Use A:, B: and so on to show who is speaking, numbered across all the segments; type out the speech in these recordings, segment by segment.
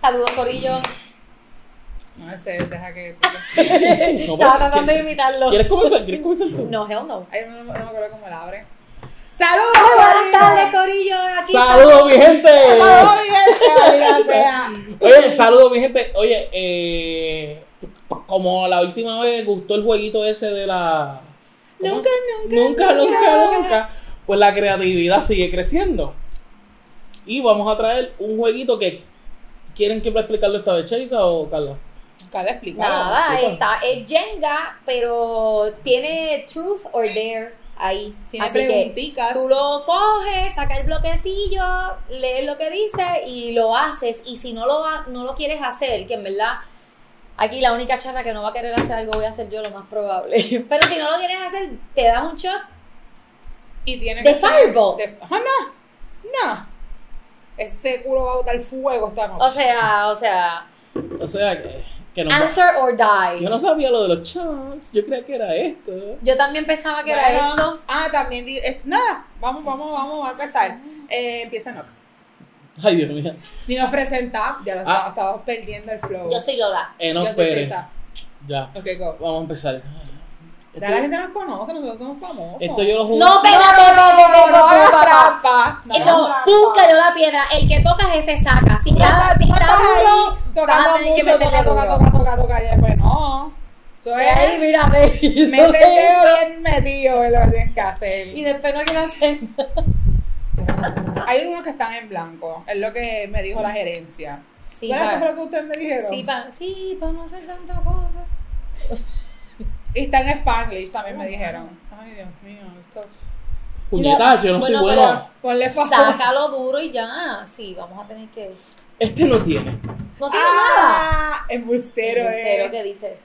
A: Saludos, Corillo.
B: No sé, deja que.
A: Estaba tratando de imitarlo.
C: ¿Quieres comenzar? ¿Quieres comenzar tú?
A: No, hell no.
B: Ay, no, no me acuerdo cómo la abre.
A: ¡Saludos! Buenas tardes, Corillo. Aquí
C: ¡Saludos, mi gente!
B: ¡Ay, sea!
C: Oye, saludos, mi gente. Oye, eh, como la última vez gustó el jueguito ese de la. ¿cómo?
B: Nunca,
C: nunca, nunca, nunca. Pues la creatividad sigue creciendo. Y vamos a traer un jueguito que. ¿Quieren que va a explicarlo esta vez, Cheisa o Carla?
B: Carla, explícalo.
A: Nada,
C: Claro,
A: está, es Jenga, pero tiene truth or dare ahí.
B: Tiene
A: Así que
B: preguntitas.
A: tú lo coges, saca el bloquecillo, lees lo que dice y lo haces. Y si no lo, ha- no lo quieres hacer, que en verdad aquí la única charra que no va a querer hacer algo voy a hacer yo lo más probable. Pero si no lo quieres hacer, te das un shot.
B: Y tiene
A: De
B: que ser-
A: Fireball.
B: de- Ah, no. No. Ese culo va a botar fuego esta noche.
A: O sea, o sea,
C: O sea, que, que no.
A: answer or die.
C: Yo no sabía lo de los chants, yo creía que era esto.
A: Yo también pensaba que era
B: Bueno,
A: esto.
B: Ah, también. di- es- nada. Vamos, vamos, vamos a empezar.
A: Ah.
B: Eh, empieza Noca.
C: Ay, Dios mío.
B: Ni nos presentamos. Ya lo
C: Ah.
B: estábamos perdiendo el flow.
A: Yo soy Lola.
C: Enoch
B: Yo soy
C: Pérez.
B: Chesa.
C: Eh, Ya,
B: Ok, go.
C: vamos a empezar. Este,
B: Ya la gente nos conoce, nosotros somos famosos.
C: Esto yo lo jugué.
A: No, pégate,
B: no, no, hagas
A: papá.
B: trampa.
A: Eh,
B: hagas
A: No,
B: trampa.
A: pum, cayó la piedra. El que tocas ese saca. Si está, si está
B: Estás ahí
A: duro, vas a
B: tocando
A: tener que
B: mucho, toca,
A: meterle
B: toca,
A: duro.
B: toca, toca, toca, y después no. Eso
A: Ve ahí,
B: es,
A: mira, ve.
B: mete el dedo bien metido en lo que tienes que hacer.
A: Y después no quiero hacer nada.
B: Hay unos que están en blanco, es lo que me dijo la gerencia.
A: Sí,
B: Bueno, eso fue
A: para
B: lo que ustedes me dijeron?
A: sí, pa- sí, pa no hacer tanta cosa.
B: Y está en Spanglish, también me dijeron. Ay, Dios mío, esto...
C: Puñetazo, yo no soy
A: Bueno,
C: bueno.
A: pero-
B: Ponle favor.
A: Sácalo duro y ya. Sí, vamos a tener que.
C: Este no tiene.
A: No tiene nada.
B: ¡Ah! Embustero,
A: Pero
B: eh.
A: que dice.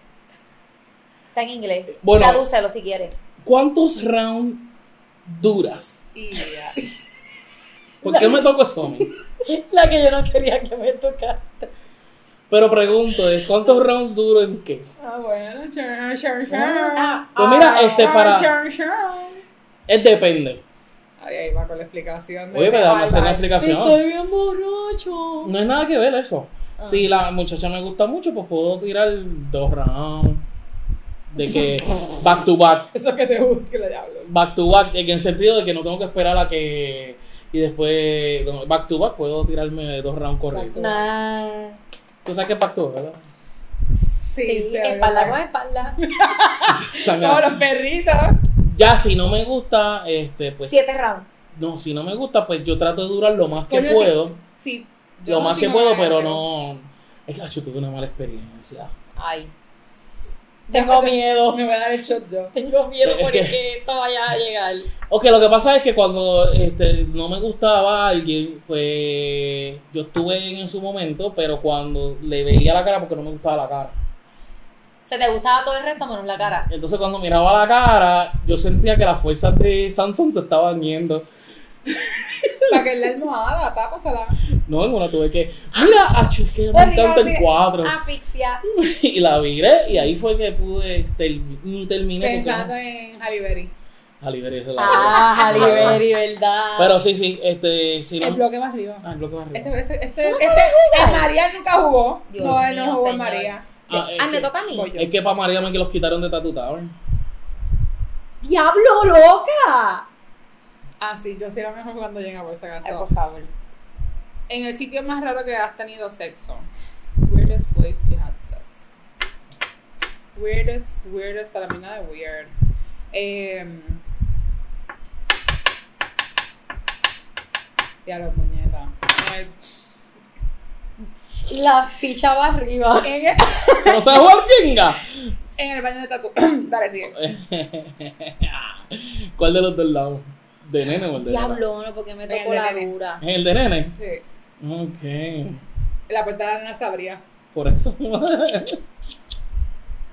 A: Está en inglés.
C: Bueno.
A: Tradúcelo si quieres.
C: ¿Cuántos rounds duras?
B: Y ya.
C: ¿Por qué me tocó eso a mí?
A: La que yo no quería que me tocara.
C: Pero pregunto, ¿es ¿cuántos rounds duro en qué?
B: Ah, bueno, chon, chon, chon.
A: Ah,
C: Pues mira, este,
B: Ah,
C: para-
B: chon, chon.
C: Es depende.
B: Ay, ahí va con la explicación. de-
C: Oye, pero vamos a hacer una
B: Ay,
A: sí,
C: explicación.
A: estoy bien borracho.
C: No es nada que ver eso.
A: Ah.
C: Si la muchacha me gusta mucho, pues puedo tirar dos rounds. De que back to back.
B: Eso que te gusta que le hablo.
C: Back to back, en el sentido de que no tengo que esperar a que. Y después, no, back to back, puedo tirarme dos rounds correctos.
A: Nah.
C: Tú sabes que es back to back, ¿verdad?
A: Sí,
B: se ve
A: espalda
B: mal.
A: con espalda.
B: Como
C: Sangra.
B: los perritos.
C: Ya, si no me gusta, este, pues.
A: Siete rounds.
C: No, si no me gusta, pues yo trato de durar lo más que
B: Coño, sí.
C: puedo.
B: Sí. yo
C: Lo más que
B: chico,
C: puedo,
B: no,
C: pero no. Es que ah, yo tuve una mala experiencia.
A: Ay.
B: Tengo
A: miedo.
B: Me voy a dar el shot yo.
A: Tengo miedo
C: por el
A: que esto vaya a llegar.
C: Ok, lo que pasa es que cuando este, no me gustaba alguien, pues yo estuve en su momento, pero cuando le veía la cara, porque no me gustaba la cara.
A: Se te gustaba todo el resto menos la cara.
C: Entonces cuando miraba la cara, yo sentía que las fuerzas de Samsung se estaban yendo.
B: Para que la almohada, tápasela.
C: No, alguna tuve que. Mira, achu, es que me
A: Ay,
C: encanta el
A: Dios,
C: cuadro.
A: Asfixia.
C: Y la viré, y ahí fue que pude. este, ni terminé. porque
B: Pensando
C: no-
B: en Halle Berry.
C: Ah, liberé ese lado.
A: Ah, Berry, ¿verdad?
C: Pero sí, sí, este, sí,
B: El
C: no.
B: bloque más arriba.
C: Ah, el bloque más arriba.
B: Este, este, este,
A: ¿Tú no
B: este, el María nunca jugó.
A: Dios
B: no, él
A: mío,
B: no jugó en
A: señor.
B: María.
C: Ah,
A: Ay,
C: es
A: me
C: que-
A: toca a mí.
B: Coño.
C: Es que para María me que los quitaron de Tatu Tower.
A: ¡Diablo, loca!
B: Ah, sí, yo sí era mejor cuando llega por esa
A: Ay,
B: casa.
A: por favor.
B: En el sitio más raro que has tenido sexo. Weirdest place you had sex. Weirdest, weirdest, para mí nada de weird. Em, ya lo puñeta. Ay,
A: La ficha va arriba.
B: En el,
C: ¿Que no sabes jugar Jenga?
B: en el baño de tatu. Dale, sigue.
C: ¿Cuál de los dos lados? ¿De nene o el de nena?
A: Diablo, no, porque me
B: Ven,
A: tocó
B: ven,
A: la
B: ven.
A: dura.
C: ¿El de nene?
B: Sí.
C: Ok.
B: La portada no se abría.
C: Por eso.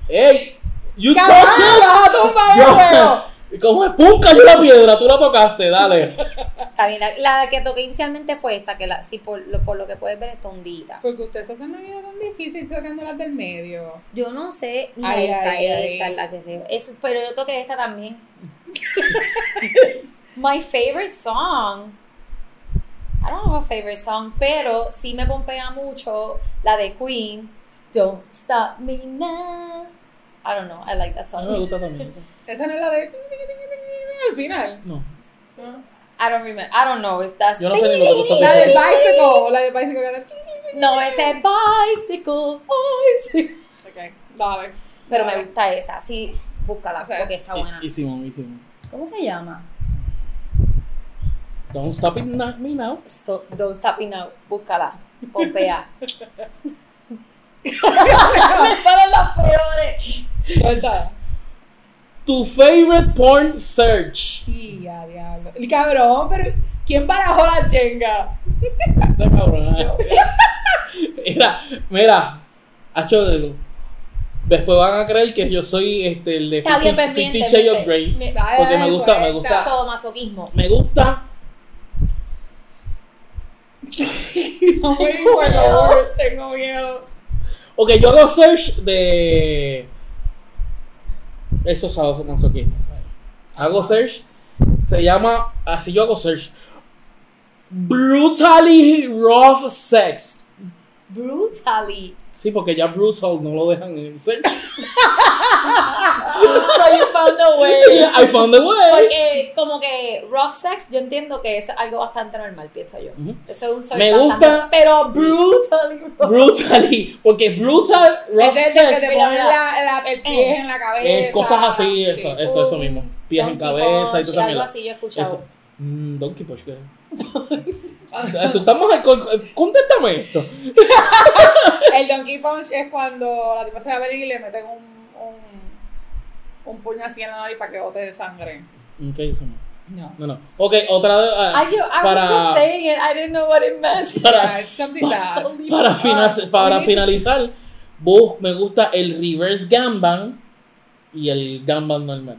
C: ¡Ey! ¡You
B: ¡Cabrón,
C: touch it!
B: vas a tumbar el juego!
C: Yo, ¿Cómo es? ¡Pum! Cayó la piedra, tú la tocaste, dale.
A: Está bien, la, la que toqué inicialmente fue esta, que la, sí, por lo, por lo que puedes ver está hundida.
B: Porque ustedes hacen la vida tan difícil tocando las del medio.
A: Yo no sé, mira,
B: Ay,
A: esta,
B: ay, ay.
A: esta es la que se es- Pero yo toqué esta también. My favorite song. I don't have a favorite song, pero sí me pompea mucho la de Queen. Don't stop me now. I don't know, I like that
C: A mí me
A: song.
C: gusta también. esa.
B: Esa no es la de. Al final.
C: No.
B: ¿no?
A: I don't remember, I don't know if that's.
C: Yo no sé ni lo que tú estás
B: La del
C: diciendo.
B: bicycle. La del bicycle. que hace-
A: No, ese bicycle, bicycle.
B: Ok, dale.
A: Pero me
B: dale.
A: gusta esa, sí, búscala
B: O sea,
A: porque está buena.
C: Y, y Simón, y Simón.
A: ¿Cómo se llama?
C: Don't stop it not me now.
A: Stop, don't stop me now, búscala, pompea. me salen las peores.
B: Suelta.
C: Tu favorite porn search.
B: Y a diablo. El cabrón, pero. ¿Quién barajó la chenga?
C: Está cabrón, ¿eh? Mira, mira. Hacho, digo, después van a creer que yo soy este, el de
A: Está bien
C: 50
A: pendiente.
C: 50 Shades of
A: ¿viste?
C: Grey.
A: Me-
C: Porque me gusta, me gusta.
A: Sadomasoquismo.
C: Me gusta.
B: Ay, por favor, tengo miedo.
C: Ok, yo hago search de. Esos sábados masoquistas. Hago search. Se llama. Así yo hago search. Brutally rough sex.
A: Brutally.
C: Sí, porque ya brutal no lo dejan en el search.
A: So you found a way.
C: I found the way.
A: Porque como que rough sex, yo entiendo que es algo bastante normal, pienso yo.
C: Ujú.
A: Eso es un search
C: Me
A: bastante-
C: gusta-
A: Pero brutally rough.
C: Brutally. Porque brutal rough
B: Es de que
C: sex
B: te ponen la- la- el
A: Eh.
B: pie en la cabeza.
C: es cosas así, eso, eh.
B: Sí.
C: eso, eso mismo. Pies en
A: Donkey
C: cabeza y
A: Punch,
C: todo eso.
A: Algo así yo he escuchado.
C: Eso. Mm, Donkey Punch, ¿qué? Tú estamos alcohol. Contéstame esto.
B: El Donkey Punch es cuando la tipa se va a venir y le meten un, un, un puño así en la nariz para que bote de sangre.
C: Ok, eso no.
B: No.
C: No, no. Ok, otra de- ah,
A: I, ju- I
C: para,
A: was just saying it, I didn't know what it meant.
C: para,
B: es something bad.
C: para, fina- para
B: Oye,
C: finalizar, vos me gusta el reverse Gamban y el Gamban normal.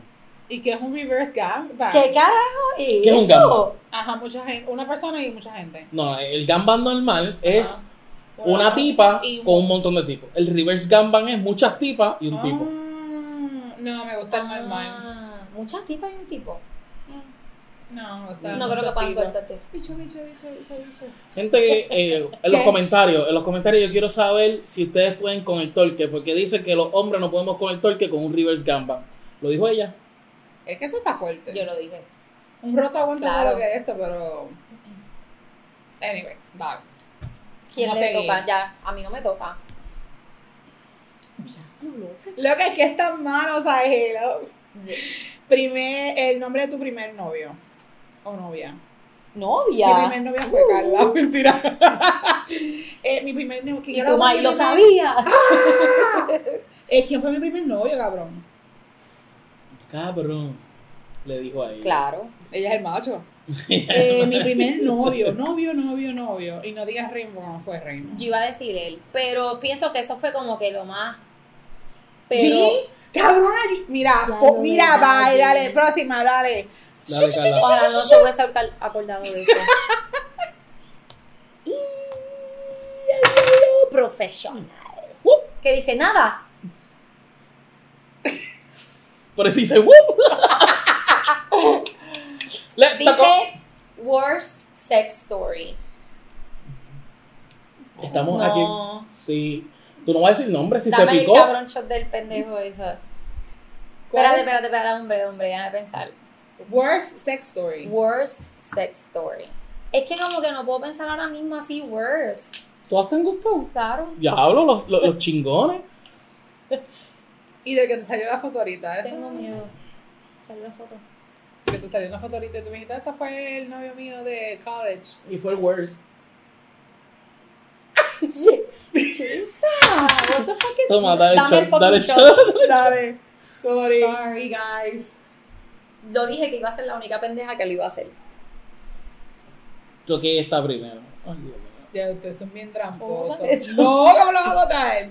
B: ¿Y qué es un reverse gang? Bang.
A: ¿Qué carajo es
C: ¿Qué es un
A: eso?
B: Ajá, mucha gente, una persona y mucha gente.
C: No, el Gamban normal es una
B: Ah.
C: tipa
B: Y un-
C: con un montón de tipos. El reverse Gamban es muchas tipas y un
B: Ah,
C: tipo.
B: No, me gusta el normal.
A: Ah, Muchas tipas y un tipo.
B: No, me gusta.
A: No creo que puedan
B: cortar.
A: cortarte.
B: Bicho, bicho, bicho, bicho, bicho.
C: Gente, eh, en los
B: ¿Qué?
C: comentarios, en los comentarios yo quiero saber si ustedes pueden con el torque, porque dice que los hombres no podemos con el torque con un reverse Gamban. ¿Lo dijo ella?
B: Es que eso está fuerte.
A: Yo lo dije.
B: Un roto aguanta
A: Claro.
B: todo lo que es esto, pero. Anyway, dale.
A: ¿Quién
B: No
A: le
B: sé.
A: toca? Ya, a mí no me toca.
B: Lo que es que es tan malo, o sea, es el- primer, el nombre de tu primer novio o novia. Mi
A: Novia.
B: primer novia fue Carla, mentira. Eh, mi primer novio.
A: Y tú, May, lo sabías.
B: Eh, ¿Quién fue mi primer novio, cabrón?
C: Cabrón. Le dijo a ella.
A: Claro.
B: Ella es el macho. Eh, mi primer novio, novio, novio, novio. Y no digas Rainbow, no fue Rainbow.
A: Yo iba a decir él, pero pienso que eso fue como que lo más. Pero.
B: ¿Sí? Cabrona, G- mira,
A: Ya
B: po-
A: lo dije,
B: mira, bye,
A: G.
B: dale, próxima, dale.
C: Dale, Carla.
A: Ojalá no se hubiese acal- acordado de eso. Y- Profesional. Que dice nada.
C: Pero sí dice whoop. Le tocó.
A: Dice worst sex story.
C: Estamos aquí.
A: No.
C: Sí. Tú no vas a decir nombre si se
A: Dame el
C: picó.
A: cabrón shot del pendejo eso.
B: ¿Cuál?
A: Espérate, espérate, espérate, hombre, hombre, déjame pensar.
B: Worst sex story.
A: Worst sex story. Es que como que no puedo pensar ahora mismo así, worst.
C: ¿Todas te han gustado?
A: Claro.
C: Diablo, los, los, los chingones.
B: Y de que te salió la foto ahorita. ¿eso?
A: Tengo miedo. Salió la foto.
B: Que te salió una foto ahorita y tú me dijiste, este fue el novio mío de college.
C: Y fue el worst.
A: Ah, What the fuck is
C: Toma, dale
A: Dame el
C: shot, dale
A: fucking
C: shot.
B: Dale. Sorry.
A: Sorry, guys. Yo dije que iba a ser la única pendeja que lo iba a hacer.
C: Toqué esta primero. Ay, Dios mío.
B: Ya, ustedes son bien tramposos.
A: Oh, eso.
B: no, ¿cómo lo vamos a botar?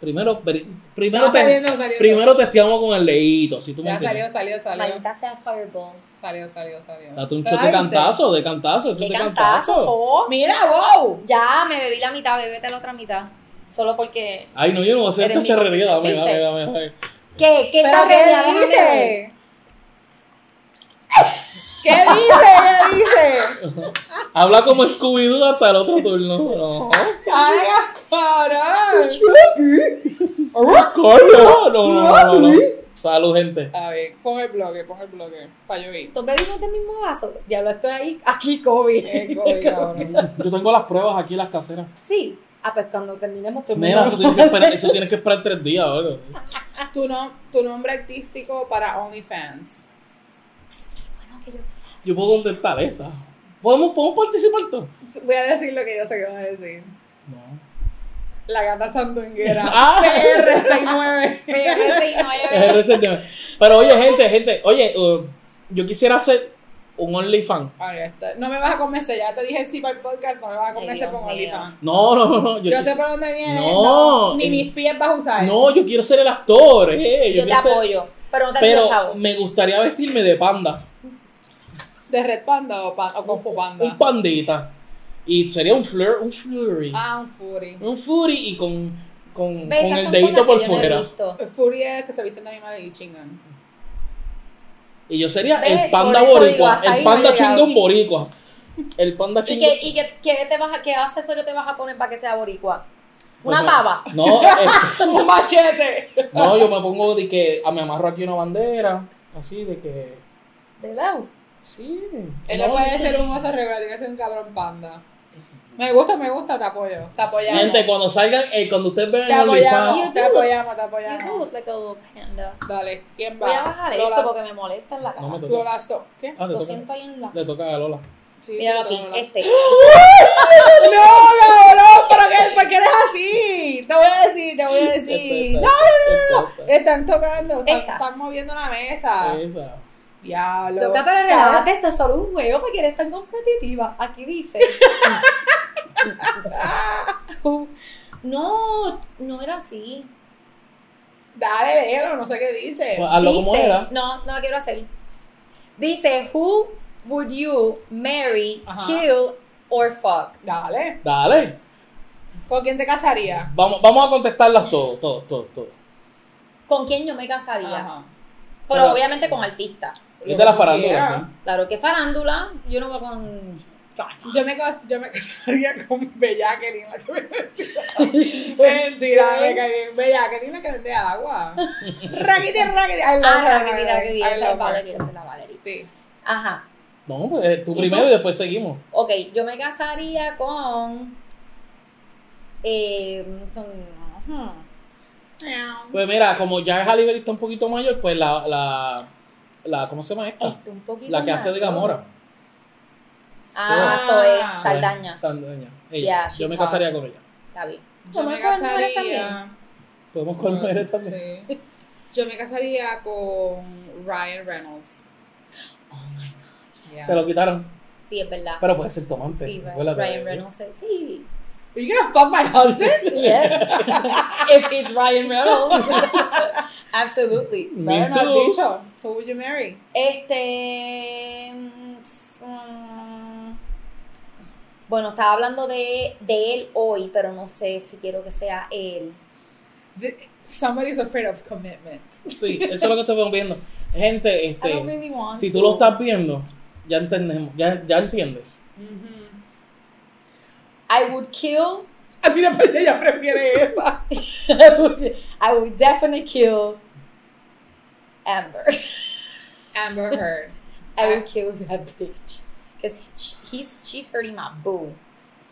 C: Primero, pri- primero,
B: Ya
C: te,
B: saliendo, saliendo.
C: primero testeamos con el leíto. Si tú me
B: Ya
C: entiendes.
B: salió, salió, salió.
A: Maldita sea Fireball.
B: Salió, salió, salió.
C: Date un
B: ¿Te
C: shot de
B: diste?
C: cantazo, de cantazo. Eso es
A: ¡Qué
C: de
A: cantazo!
C: cantazo.
A: po.
B: Mira, wow.
A: Ya, me bebí la mitad, bebete la otra mitad. Solo porque...
C: Ay, no, yo no voy a hacer
A: Eres
C: esta charrería. Dame,
A: mi
C: dame, dame, dame.
A: ¿Qué? ¿Qué
B: ¿Pero
A: charrería? Déjame
B: qué
A: ver.
B: dice? ¿Qué dice? ¿Qué dice?
C: Habla como Scooby-Doo hasta el otro turno. No.
B: ¡Ay, cabrón!
C: Coño, No, no, no, no. Salud, gente.
B: A ver, pon el bloque, pon el bloque. Para yo ir.
A: ¿Tú bebimos del mismo vaso? Diablo, estoy ahí, aquí COVID.
B: Eh, COVID, cabrón.
C: Yo tengo las pruebas aquí, las caseras.
A: Sí. Ah, pues cuando terminemos te
C: Mira, eso tienes que esperar, eso tienes que esperar tres días o algo. así.
B: Tu, nom- tu nombre artístico para OnlyFans.
A: Ah,
C: Yo puedo contestar esa. ¿Podemos, podemos participar todos?
B: Voy a decir lo que yo sé que van a decir.
C: No.
B: La gata sandunguera.
C: Ah.
B: PR69.
C: Es reciente. Pero oye, gente, gente, oye, eh, yo quisiera hacer un OnlyFans.
B: Ahí está. este, No me vas a convencer, ya te dije sí para el podcast, no me vas a
A: Ay,
B: convencer
A: Dios
B: con
A: mío.
B: OnlyFans.
C: No, no, no, no. Yo,
B: Yo
C: quis-
B: sé por dónde viene.
C: No,
B: ni
C: eh,
B: mis pies vas a usar.
C: No, yo quiero ser el actor. eh,
A: Yo te
C: quiero ser-
A: apoyo, pero no te pido
C: Pero
A: chavo.
C: me gustaría vestirme de panda.
B: ¿De Red Panda o, pan, o con
C: Un
B: Fupanda?
C: pandita. Y sería un fleur, un flurry.
B: Ah, un Fury.
C: Un fury y con, con,
A: Ve,
C: con
A: esas
C: el
A: son cosas
C: dedito por
A: que yo no he
C: fuera.
A: visto.
B: Fury es que se visten de animales y chingan.
C: Y yo sería
A: Ve,
C: el panda
A: por eso digo,
C: boricua.
A: hasta ahí
C: el
A: no he
C: panda
A: llegado.
C: chingón boricua. El panda
A: ¿Y,
C: chingón.
A: qué, y qué, qué te vas a, qué accesorio te vas a poner para que sea boricua?
C: Pues
A: Una
C: no.
A: pava.
C: No, eh,
B: ¡Un machete!
C: no, yo me pongo de que ah, me amarro aquí una bandera. Así de que.
A: ¿Verdad?
C: Sí.
B: Él
C: No,
B: no puede
C: es que-
B: ser un oso regular, tiene que ser un cabrón panda. Me gusta, me gusta, te apoyo. Te apoyamos.
C: Gente, cuando salgan, eh, cuando ustedes vean
B: te
C: el
B: apoyamos,
C: OnlyFans,
B: te
A: YouTube.
B: apoyamos, te
A: You do
B: apoyamos.
A: look like a little panda.
B: Dale, ¿quién va?
A: Voy a bajar
B: Lola-
A: esto porque me molesta en la cara.
C: No me toca.
B: Lola Sto- ¿Qué?
C: Ah, te
A: Lo
C: toca-
A: siento ahí en la...
C: Le toca a Lola.
B: Sí,
A: Míralo
B: sí,
A: aquí,
B: Lola.
A: este.
B: ¡No, cabrón! ¿Pero qué, ¿Por qué eres así? Te voy a decir, te voy a
C: Este,
B: decir. No,
C: no,
B: están tocando, están,
A: Esta.
B: están moviendo la mesa.
C: este, Esa.
B: Diablo.
A: Toca para
B: Cada-
A: relájate, esto es solo un juego porque eres tan competitiva. Aquí dice. no, no era así.
B: Dale, déjalo, no sé qué dice.
C: Pues, hazlo como
A: Dice-
C: era.
A: No, no lo quiero hacer. Dice, who would you marry,
B: Ajá.
A: kill or fuck?
B: Dale.
C: Dale.
B: ¿Con quién te casarías?
C: Vamos, vamos a contestarlas todos, todos, todos, todos.
A: ¿Con quién yo me casaría?
B: Ajá.
A: Pero
C: Claro.
A: obviamente con artista.
C: Es de la farándula,
B: Yeah.
C: sí.
A: Claro que farándula, yo no voy con...
B: Yo me, cas- yo me casaría con Bellaquelin, la que vende Mentira, me cae bien. Bellaquelin, la que vende agua. Raquete, raquete. I love
A: Ah,
B: her,
A: Raggedy,
B: I
A: Raggedy,
B: love
A: esa es
B: her.
A: Valerie, esa es la Valerie.
B: Sí.
A: Ajá,
C: No, pues eh, tú
A: ¿Y
C: primero
A: tú?
C: y después seguimos.
A: ok, yo me casaría con... Eh, con- ajá.
C: Pues mira, como ya Halle Berry está un poquito mayor, pues la, la, la ¿cómo se llama esta?
A: Este, un poquito
C: La que
A: más.
C: hace de Gamora.
A: Ah,
B: Sí.
A: Zoe Saldaña,
C: Saldaña.
A: Yeah,
C: Ella.
A: she's
C: Yo me casaría con ella.
A: está bien.
B: Yo
A: Vamos
B: me
A: con mujeres
B: casaría.
C: Podemos con
A: Mm.
C: mujeres también.
B: Ah, Sí. Yo me casaría con Ryan Reynolds.
A: Oh
B: Yeah.
C: Te lo quitaron.
A: Sí, es verdad.
C: Pero puede ser tomante.
A: Sí, Ryan,
C: Acuérdate.
A: Ryan Reynolds, ¿Ah, eh, sí.
B: Are you gonna fuck my husband?
A: Yes. If it's Ryan Reynolds. Absolutely.
C: Me
B: Bueno, has
C: too.
B: dicho. Who would you marry?
A: Este. mm, Bueno, estaba hablando de, de él hoy, pero no sé si quiero que sea él.
B: The- Somebody's afraid of commitment.
C: Sí, eso es lo que estamos viendo. Gente,
A: I don't
C: este,
A: really want
C: si
A: to.
C: tú lo estás viendo, ya entendemos, ya, ya entiendes.
B: Mm-hmm.
A: I would kill.
B: Ah, mira, pues ella prefiere esa.
A: I would, I would definitely kill Amber.
B: Amber Heard.
A: I would kill that bitch. Because he's, she's hurting my boo.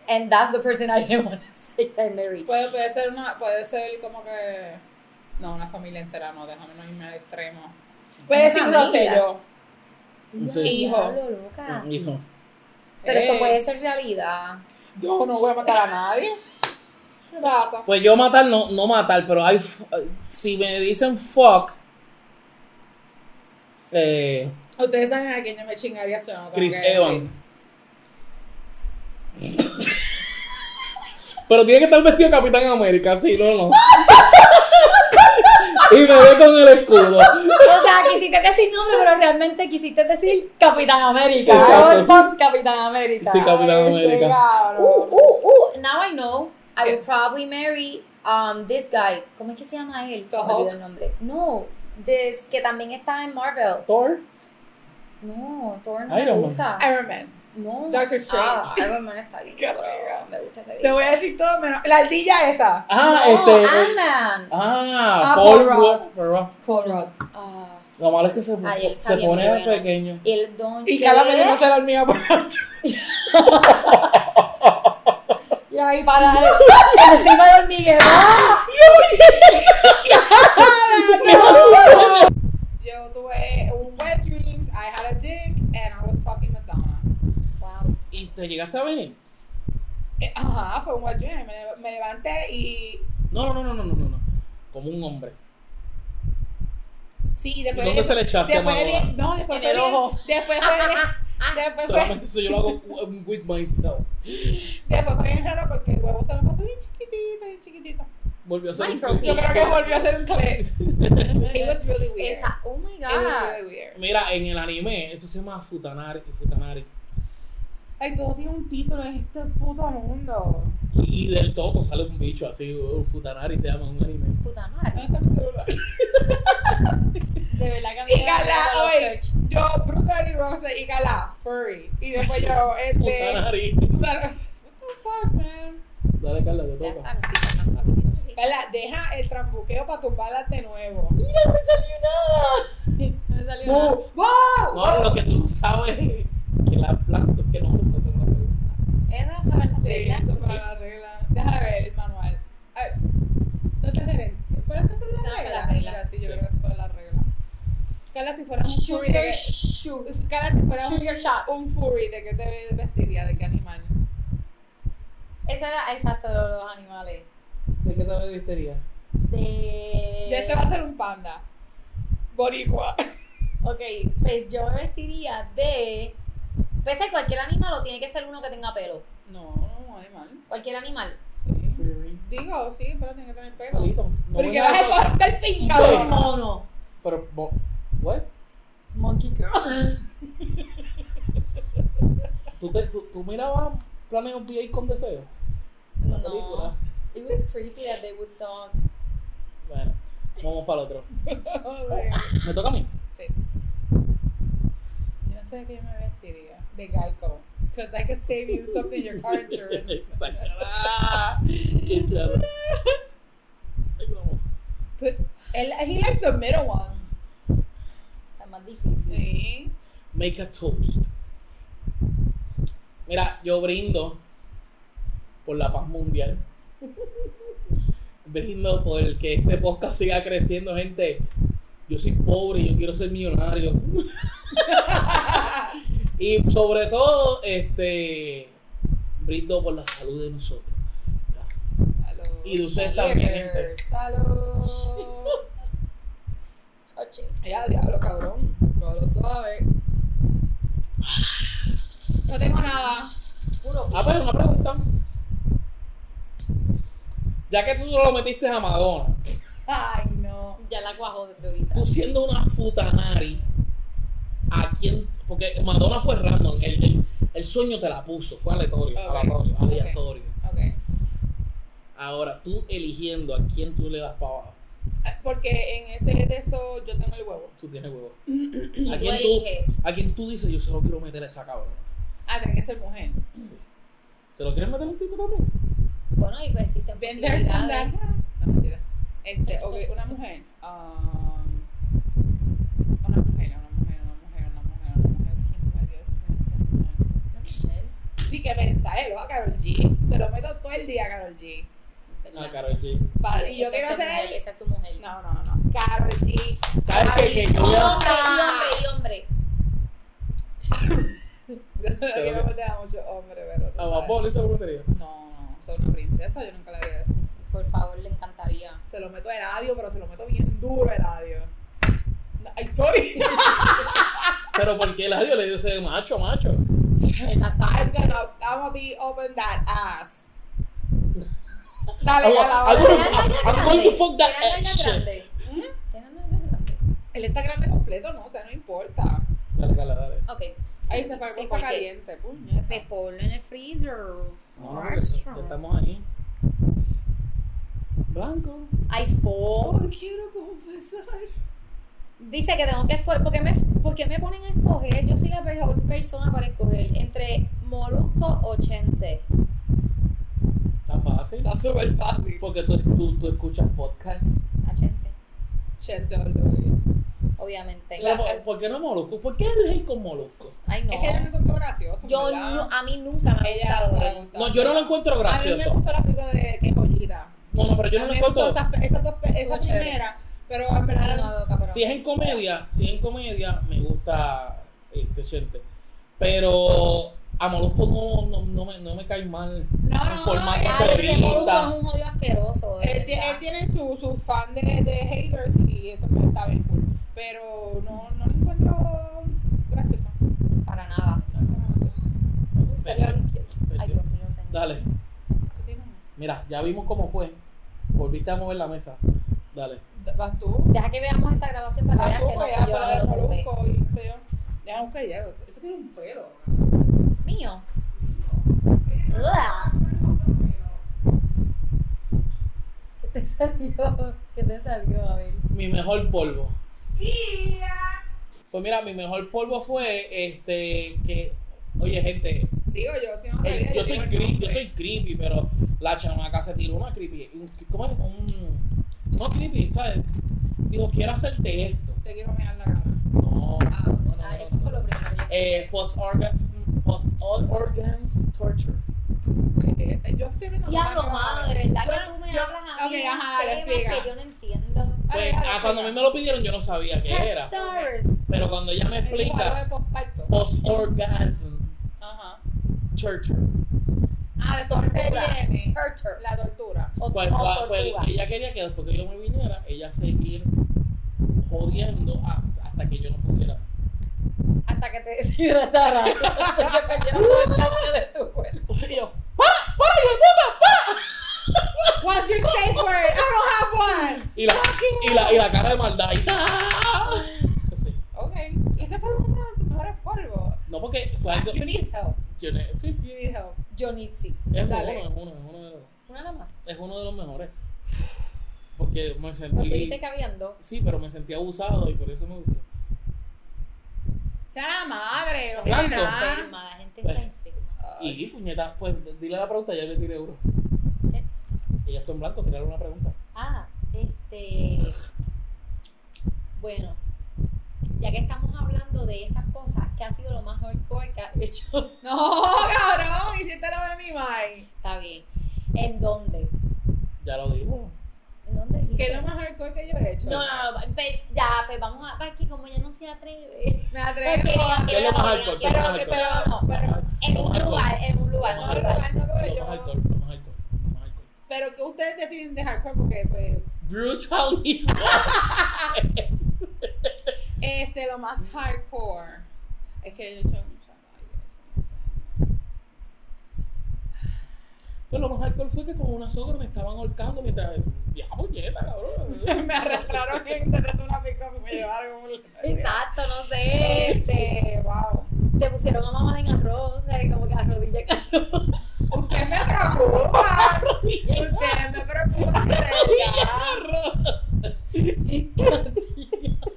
A: And that's the person I didn't want to say I married.
B: Puede, puede ser una, puede ser como que. No, una familia entera, no, déjame no irme al extremo. Puede
A: Una
B: ser un
A: familia.
B: rosello.
C: Sí.
A: Hijo.
B: Diablo,
A: Ah.
C: Hijo.
A: Pero eso
B: Eh,
A: puede ser realidad.
B: Yo no voy a matar a nadie. ¿Qué pasa?
C: Pues yo matar, no, no matar, pero hay, f- si me dicen fuck, eh,
B: Ustedes saben a quién yo me chingaría si no. tengo
C: Chris
B: que decir.
C: Evans. Pero tiene que estar vestido de Capitán América, sí, no, no. y me ve con el escudo.
A: O sea, quisiste decir nombre, pero realmente quisiste decir Capitán América.
C: Exacto,
A: Ahora
C: sí.
A: son Capitán América.
C: Sí, Capitán
B: Ay,
C: América.
B: cabrón.
A: Uh, uh, uh. Now I know. I would probably marry um, this guy. ¿Cómo es que se llama él? Se me
B: The
A: olvidó
B: Hulk.
A: el nombre. No, this, que también está en Marvel.
C: Thor.
A: No, Thor no me
C: Iron Man.
A: gusta.
B: Iron Man.
A: No.
B: Doctor Strange.
A: Ah, Iron Man está bien.
B: Qué
A: pero
B: rico.
A: Me gusta ese
B: Te
A: video.
B: voy a decir todo menos. La ardilla esa.
C: Ah,
A: no,
C: este. eh,
A: Ant-Man.
C: ah,
B: Ah,
C: Paul
B: Paul
C: Rudd.
B: Rudd.
C: Paul Rudd.
B: Correct.
A: Ah,
C: Lo malo es que se,
A: Ay, él está
C: se
A: bien
C: pone
A: bueno.
C: pequeño.
A: el don.
B: Y cada vez
A: ¿Qué?
B: no se dormía por la noche.
A: Y ahí para encima del hormiguero. Ah,
B: Yo tuve un wet dream, I had a dick, and I was fucking Madonna.
A: Wow.
C: ¿Y te llegaste a venir?
B: Eh, Ajá, fue un wet dream. Me, me levanté y.
C: No, no, no, no, no, no, no. Como un hombre.
B: Sí, y
C: ¿Y
B: después.
C: ¿Dónde se le echaste a
B: después bien- No, después
A: En
B: fue
A: el
B: bien-
A: ojo.
B: Después fue bien- Después fue,
C: Solamente eso yo lo hago um, with myself.
B: después fue bien raro porque el huevo se me puso bien chiquitito, bien chiquitito.
C: Volvió a ser un
A: Micro.
C: clip.
B: Yo creo que volvió a ser un clip. It was really weird.
A: Esa, oh my
B: It was
A: god.
B: really weird.
C: Mira, en el anime, eso se llama Futanari. Futanari.
B: Ay, todo tiene un título en este puto mundo.
C: Y, y del todo sale un bicho así, uh, Futanari se llama un anime.
A: Puta madre.
B: ¿Dónde está mi celular?
A: De verdad que a mí me
B: Fíjala,
A: da los
B: oye.
A: search.
B: Yo, Brutal y Rose y Gala, furry. Y después yo, este.
C: Futanari.
B: What the fuck, man?
C: Dale, Carla, te
A: Ya
C: toca.
A: está, pisa, no, no, pisa.
B: Carla, deja el trambuqueo para tumbarlas de nuevo.
A: No me salió nada. No me salió nada.
B: ¡Wow! ¡Wow!
C: No, lo que tú no sabes es que la planta que no no son las preguntas.
A: Era para la
B: Sí,
A: regla.
B: eso para la regla. Déjame ver el manual. A ver. ¿No te regla? ¿Fuera esa fue
A: Esa
B: la
A: fue
B: regla?
A: la regla.
B: Mira, sí, yo
C: Sí.
B: creo que esa fue la regla. Carla, si fueras un furry.
A: Sugar,
B: De...
A: sh-
B: Carla, si fueras un-
A: sugar shots.
B: un furry, ¿de qué te vestiría? ¿De qué animal?
A: Esa era exacto de los animales.
C: ¿De qué te vestiría?
A: De.
B: De este va a ser un panda. Boricua.
A: Ok, pues yo me vestiría de. Pese a cualquier animal o tiene que ser uno que tenga pelo.
B: No, no, animal.
A: Cualquier animal.
B: Sí. Digo, sí, pero tiene que tener pelo.
C: Palito. No
B: ¿Por
C: voy
B: qué
C: a-
B: vas a coger hasta el fin,
C: Pero-
A: Un
B: cabrón?
A: mono.
C: Pero, bo- what?
A: Monkey girl.
C: ¿Tú, te, tú, tú mirabas Planet of the Apes con deseo? La
A: No.
C: película.
A: It was creepy that they would talk.
C: Bueno, vamos para el otro.
B: Joder.
C: ¿Me toca a mí?
B: Sí. Yo no sé de qué me vestiría. De Geico. Because I could save you something your car insurance.
C: Qué charro. Ahí vamos.
B: But él, he likes the middle one.
A: Está más difícil.
B: Sí.
C: Make a toast. Mira, yo brindo por la paz mundial. Brindo por el que este podcast siga creciendo, gente. Yo soy pobre, yo quiero ser millonario. Y sobre todo, este brindo por la salud de nosotros.
B: Salud.
C: Y de ustedes también, gente.
B: Salud.
A: Oye,
B: Ya, diablo, cabrón. No lo suave. No tengo nada.
A: puro.
C: Ah, pues una pregunta. Ya que tú lo metiste a Madonna,
B: Ay, no.
A: Ya la cuajo desde ahorita.
C: tú siendo una futanari, ¿a quién? Porque Madonna fue random, el, el- el sueño te la puso, fue aleatorio,
B: Ok,
C: aleatorio,
B: ok.
C: aleatorio.
B: Ok.
C: Ahora, tú eligiendo a quién tú le das para abajo,
B: Porque en ese de eso yo tengo el huevo.
C: tú tienes huevo.
A: Y
C: ¿A
A: tú
C: quién
A: eliges.
C: tú, a quién tú dices, yo se lo quiero meter a esa cabrona?
B: Ah, tiene que ser mujer.
C: Sí. ¿Se lo quieres meter a un tipo también?
A: Bueno, y pues existen
B: Been there, done that.
A: posibilidades.
B: No, mentira. Este, ok, una mujer. um, una mujer, una mujer, una mujer, una mujer, una mujer. ¿Quién fue? Dios mío, señor.
A: No sé,
B: Ni que eh, pensáelo a Carol G. Se lo meto todo el día a Carol G.
A: ¿verdad?
C: Ah, Karol G.
B: Pa- y
A: Esa
B: yo
A: es
B: quiero
A: su mujer,
B: ser.
A: Esa es su mujer.
B: No, no, no. Carol G.
C: ¿Sabes qué? Que
A: Y
C: yo,
A: hombre, y hombre, y hombre.
B: Yo no quiero meter a mucho hombre, pero. tú
C: a
B: sabes.
C: Vapor, esa brutería.
B: No, no. Soy una princesa, yo nunca le haría eso.
A: Por favor, le encantaría.
B: Se lo meto a Eladio, pero se lo meto bien duro a Eladio. No, Ay, sorry.
C: Pero porque el adiós le dio ese macho, macho.
B: I'm
A: Exactamente.
B: gonna, I'm gonna be open that ass. Dale, ya la
C: I'm
B: otra.
C: gonna- I'm going to fuck that
A: ¿Tiene nalga
C: shit.
A: grande? ¿Tiene nalga grande?
B: Él está grande completo, no, o sea, no importa.
C: Dale, dale, dale.
A: Ok.
B: Ahí
A: Sí,
B: se fue
A: sí,
B: está
A: porque-
B: caliente, puñeta.
A: Pues ponlo en el freezer.
C: No, no,
A: Armstrong.
C: ya estamos ahí. Blanco.
A: Ay, fo.
B: Oh, quiero confesar.
A: dice que tengo que escoger, ¿por qué me, por qué me ponen a escoger? Yo soy la peor persona para escoger entre Molusco o Chente.
C: Está fácil.
B: Está súper fácil.
C: Porque tú, tú, tú escuchas podcast.
A: A Chente,
B: Chente all the way.
A: obviamente.
B: La-
C: Pero, ¿por- ¿Por qué no Molusco? ¿Por qué eres el con Molusco?
A: Ay, no.
B: Es que ella me encontró gracioso.
A: Yo
B: ¿verdad?
A: no, a mí nunca me ha
B: Ella
A: gustado
B: me
A: él.
B: gustaba.
C: No, yo no lo encuentro
B: A mí me
C: gracioso.
B: gustó la película de Que Joyita.
C: No, no, pero yo no
B: A
C: lo
B: mí me gustó
C: encuentro.
B: Esas, esas dos, pe-
A: Estuvo
B: esa
A: chévere.
B: primera. Pero en
A: Sí,
B: verdad,
A: no, cabrón.
C: Si es en comedia, si es en comedia, me gusta este Chente. Pero a Molusco no, no, no, me, no me cae mal.
B: no,
C: en
B: no,
C: formato
B: él-
A: Ay, es que Molusco
C: Entrevista.
A: es un jodido asqueroso. de
B: Él, tie-
A: verdad.
B: él tiene su, su fan de, de haters y eso pues, está bien cool. Pero no, no lo encuentro gracioso.
A: Para nada. En serio, Ay, Dios mío, señor.
C: Dale,
B: ¿Tú tienes?
C: mira, ya vimos cómo fue. Volviste a mover la mesa. Dale.
B: ¿Vas tú?
A: Deja que veamos esta grabación para que
B: Ah,
A: veas
B: tú,
A: que no
B: pues,
A: fui
B: ya,
A: yo
B: para
A: la
B: el
A: que lo tuve.
B: molusco y qué sé yo. Ya, un callero. Esto tiene un pelo.
A: Mío. ¿Qué te salió? ¿Qué te salió, Abel?
C: Mi mejor polvo.
B: Y ya.
C: Pues mira, mi mejor polvo fue este que. Oye, gente,
B: Digo yo, si no
C: Eh,
B: me
C: yo, soy creepy, yo soy creepy, pero la chamaca se tiró una creepy. un- ¿Cómo es? Un, no creepy, ¿sabes? Digo, quiero hacerte esto.
B: Te quiero mirar la cara.
C: No.
B: Ah,
C: no, no,
A: Ah,
C: no,
A: eso
C: no.
A: fue lo primero. que yo
C: Eh, post-orgasm, post-organs torture.
B: Eh, eh, Yo estoy viendo
A: pensé. Diablo,
B: la cara.
A: mano, de verdad que
B: Bueno,
A: tú me
B: yo-
A: hablas a mí.
B: ok,
A: de
B: ajá,
A: unos
B: dale,
A: temas
B: explica.
A: que yo no entiendo.
C: Pues,
B: Dale, dale,
C: ah, cuando a mí me lo pidieron, yo no sabía qué
A: Her
C: era.
A: stars.
C: Pero cuando ella
B: Me
C: me
B: dijo algo
C: explica,
B: de posparto.
C: post-orgasm
B: Ajá.
C: torture.
B: Ah, de tortura.
C: Ah,
A: Torture.
B: La tortura.
A: O,
C: Pues,
A: o
C: va- pues,
A: tortuga.
C: ella quería que después que yo me viniera, ella seguir jodiendo hasta, hasta que yo no pudiera.
A: Hasta que te deshidratara. Hasta que perdieron todo el calcio de tu cuerpo.
C: Y yo,
B: What's your safe word? I don't have one.
C: Y la, y la, y la cara de maldad. y ¡ah! Sí.
B: Ok. Ese fue uno de los mejores polvos.
C: No, porque fue algo.
B: You need help.
C: yo ne- sí,
B: You need help.
A: Jonitzi.
C: es uno,
B: Dale.
C: es uno, es uno de los,
A: Una nada más.
C: es uno de los mejores. Porque me
A: ¿No tuviste
C: sentí.
A: que habían dos?
C: Sí, pero me sentí abusado y por eso me gustó.
B: Sea la madre. no
C: Blanco.
B: tiene nada.
A: Enferma, la gente está
C: Pues.
A: enferma.
C: Y puñeta, pues dile la pregunta, ya le tiré uno.
A: ¿Qué?
C: Ella está en blanco, tirarle una pregunta.
A: Ah, este. Bueno, ya que estamos hablando de esas cosas que han sido lo más hardcore que has hecho,
B: No, cabrón. Hiciste lo de mi mai.
A: está bien. ¿En dónde?
C: Ya lo digo.
A: ¿En dónde
B: ¿Qué es
A: dijiste?
B: lo más hardcore que yo he hecho?
A: No, no, no, pe- ya, pues vamos a. Para que como ya no se atreve.
B: Me atrevo.
A: Porque-
C: ¿Qué es lo más hardcore? ¿Qué es lo
B: Pero,
C: más
B: pero,
C: hardcore?
B: pero, pero,
A: En
C: Lo
A: un
C: más hardcore.
A: lugar, en un lugar,
C: Lo
A: en
C: más
A: un lugar.
C: hardcore.
B: no, no,
C: Lo
B: yo-
C: más hardcore, lo más hardcore, lo más hardcore.
B: pero que ustedes definen de hardcore porque, pues,
C: Brutality.
B: este, lo más hardcore. Es que yo he hecho muchas vainas, no sé.
C: Pues lo más alcohol fue que con una sogra me estaban ahorcando mientras. Ya, puñeta, cabrón.
B: me arrastraron en detrás de una pick y me llevaron a un
A: Exacto, no sé.
B: Este, wow.
A: Te pusieron a mamar en arroz, o sea, como que arrodilla en arroz.
B: Usted me preocupa. Usted me preocupa. de verdad.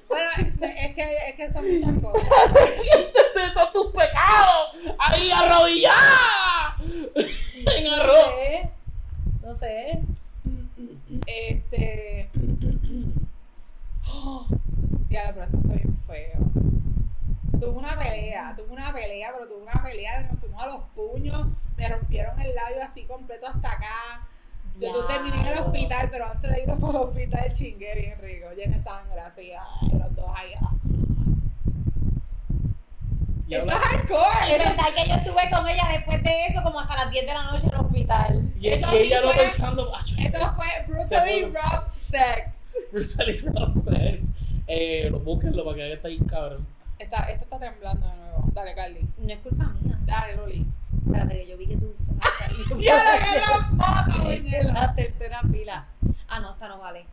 B: Bueno, es es que, es que son muchas cosas.
C: de todos tus pecados! ¡Ahí arrodillada! en
A: No
C: arroz.
A: sé. No sé.
B: Este. ¡Oh! Ya, pero esto fue bien feo. Tuve una pelea, tuve una pelea, pero tuve una pelea, nos fuimos a los puños, me rompieron el labio así completo hasta acá. Yo tú terminé en el
A: Diablo.
B: hospital, pero antes de irnos por el hospital chingué bien rico, llené de sangre así, ay, los dos ahí. ah.
C: Y
B: Eso es
C: habla-
A: Y
B: hardcore, eso es
A: pensar que yo estuve con ella después de eso, como hasta las 10 de la noche en el hospital.
C: y,
B: eso
C: y ella
B: sí
C: no
B: fue-
C: pensando. "Ah,
B: Eso
C: chuleta,
B: fue
C: Se
B: brutally rough sex.
C: Brutality Roses. Eh, lo- búsquenlo para que vean que está ahí, cabrón.
B: Está, esto está temblando de nuevo. Dale, Carly.
A: No es culpa mía.
B: Dale, Loli.
A: Espérate, que yo vi que tú usas.
B: ¡Ya la que
A: En
B: la
A: la tercera fila. Ah, no, esta no vale.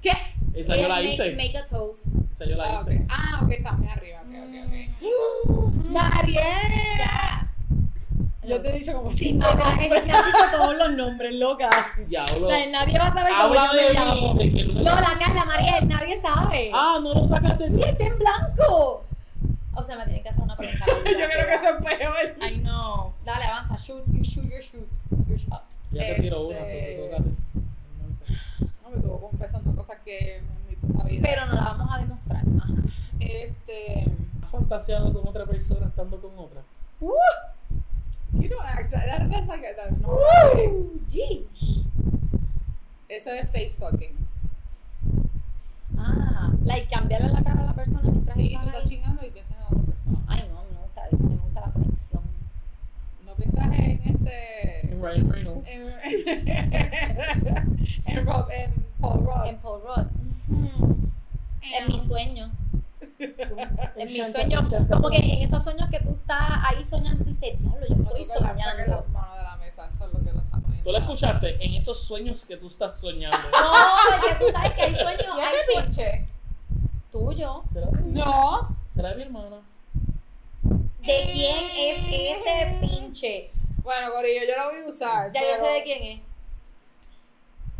B: ¿Qué?
C: Esa yo
A: Es
C: la
A: make-
C: hice.
A: Make, a toast.
C: Esa yo la
B: Ah, ok,
C: hice.
B: Mm. ah, ok, está muy arriba. Ok, ok, ok.
A: Mm.
B: Mariela. Yo te he dicho como si
A: Sí, mamá, es que me han dicho todos los nombres, loca.
C: Diablo.
A: O sea, nadie va a saber cómo
C: Habla
A: yo me
C: de
A: llamo.
C: mí. de que no-
A: Lola, Carla, Mariel, nadie sabe.
C: Ah, no lo sacas de mí.
A: ¡Mira, está en blanco! O sea, me tienen que hacer una pregunta.
B: Yo creo que eso es peor.
A: I know. Dale, avanza. Shoot, you shoot, you shoot. You shot.
C: Ya te tiro una,
B: Este-
C: sobre todo.
B: No, me estuvo confesando cosas que no es mi puta vida.
A: Pero no la vamos a demostrar. Ajá.
B: Este.
C: ¿Has fantaseado con otra persona estando con otra?
B: You know, I- that- that's like a- that- no.
A: Yeesh.
B: Eso es face fucking.
A: Ah, like cambiarle la cara a la persona mientras
B: Sí, tú
A: están
B: estás
A: ahí.
B: chingando y piensas en otra persona.
A: Ay, no, me gusta eso. Me gusta la conexión.
B: No piensas en este.
C: Ryan Reynolds.
B: En, en Rob, en Paul Rudd.
A: En Paul Rudd. Ujú. En mi sueño. En mi sueño. Como que en esos sueños que tú estás ahí soñando, tú dices, diablo, yo
B: Ah, No
A: estoy
B: toques la- saques
A: soñando.
B: las manos de la mesa, eso es lo que lo está poniendo.
C: ¿Tú la escuchaste? En esos sueños que tú estás soñando.
A: No, porque tú sabes que hay sueños.
B: ¿Ya
A: Hay
B: te
A: sueños
B: pinche?
A: tuyos.
C: ¿Será de mí?
B: No.
C: ¿Será de mi hermana?
A: ¿De quién es ese pinche?
B: Bueno, Corillo, yo la voy a usar.
A: Ya
B: pero-
A: yo sé de quién es.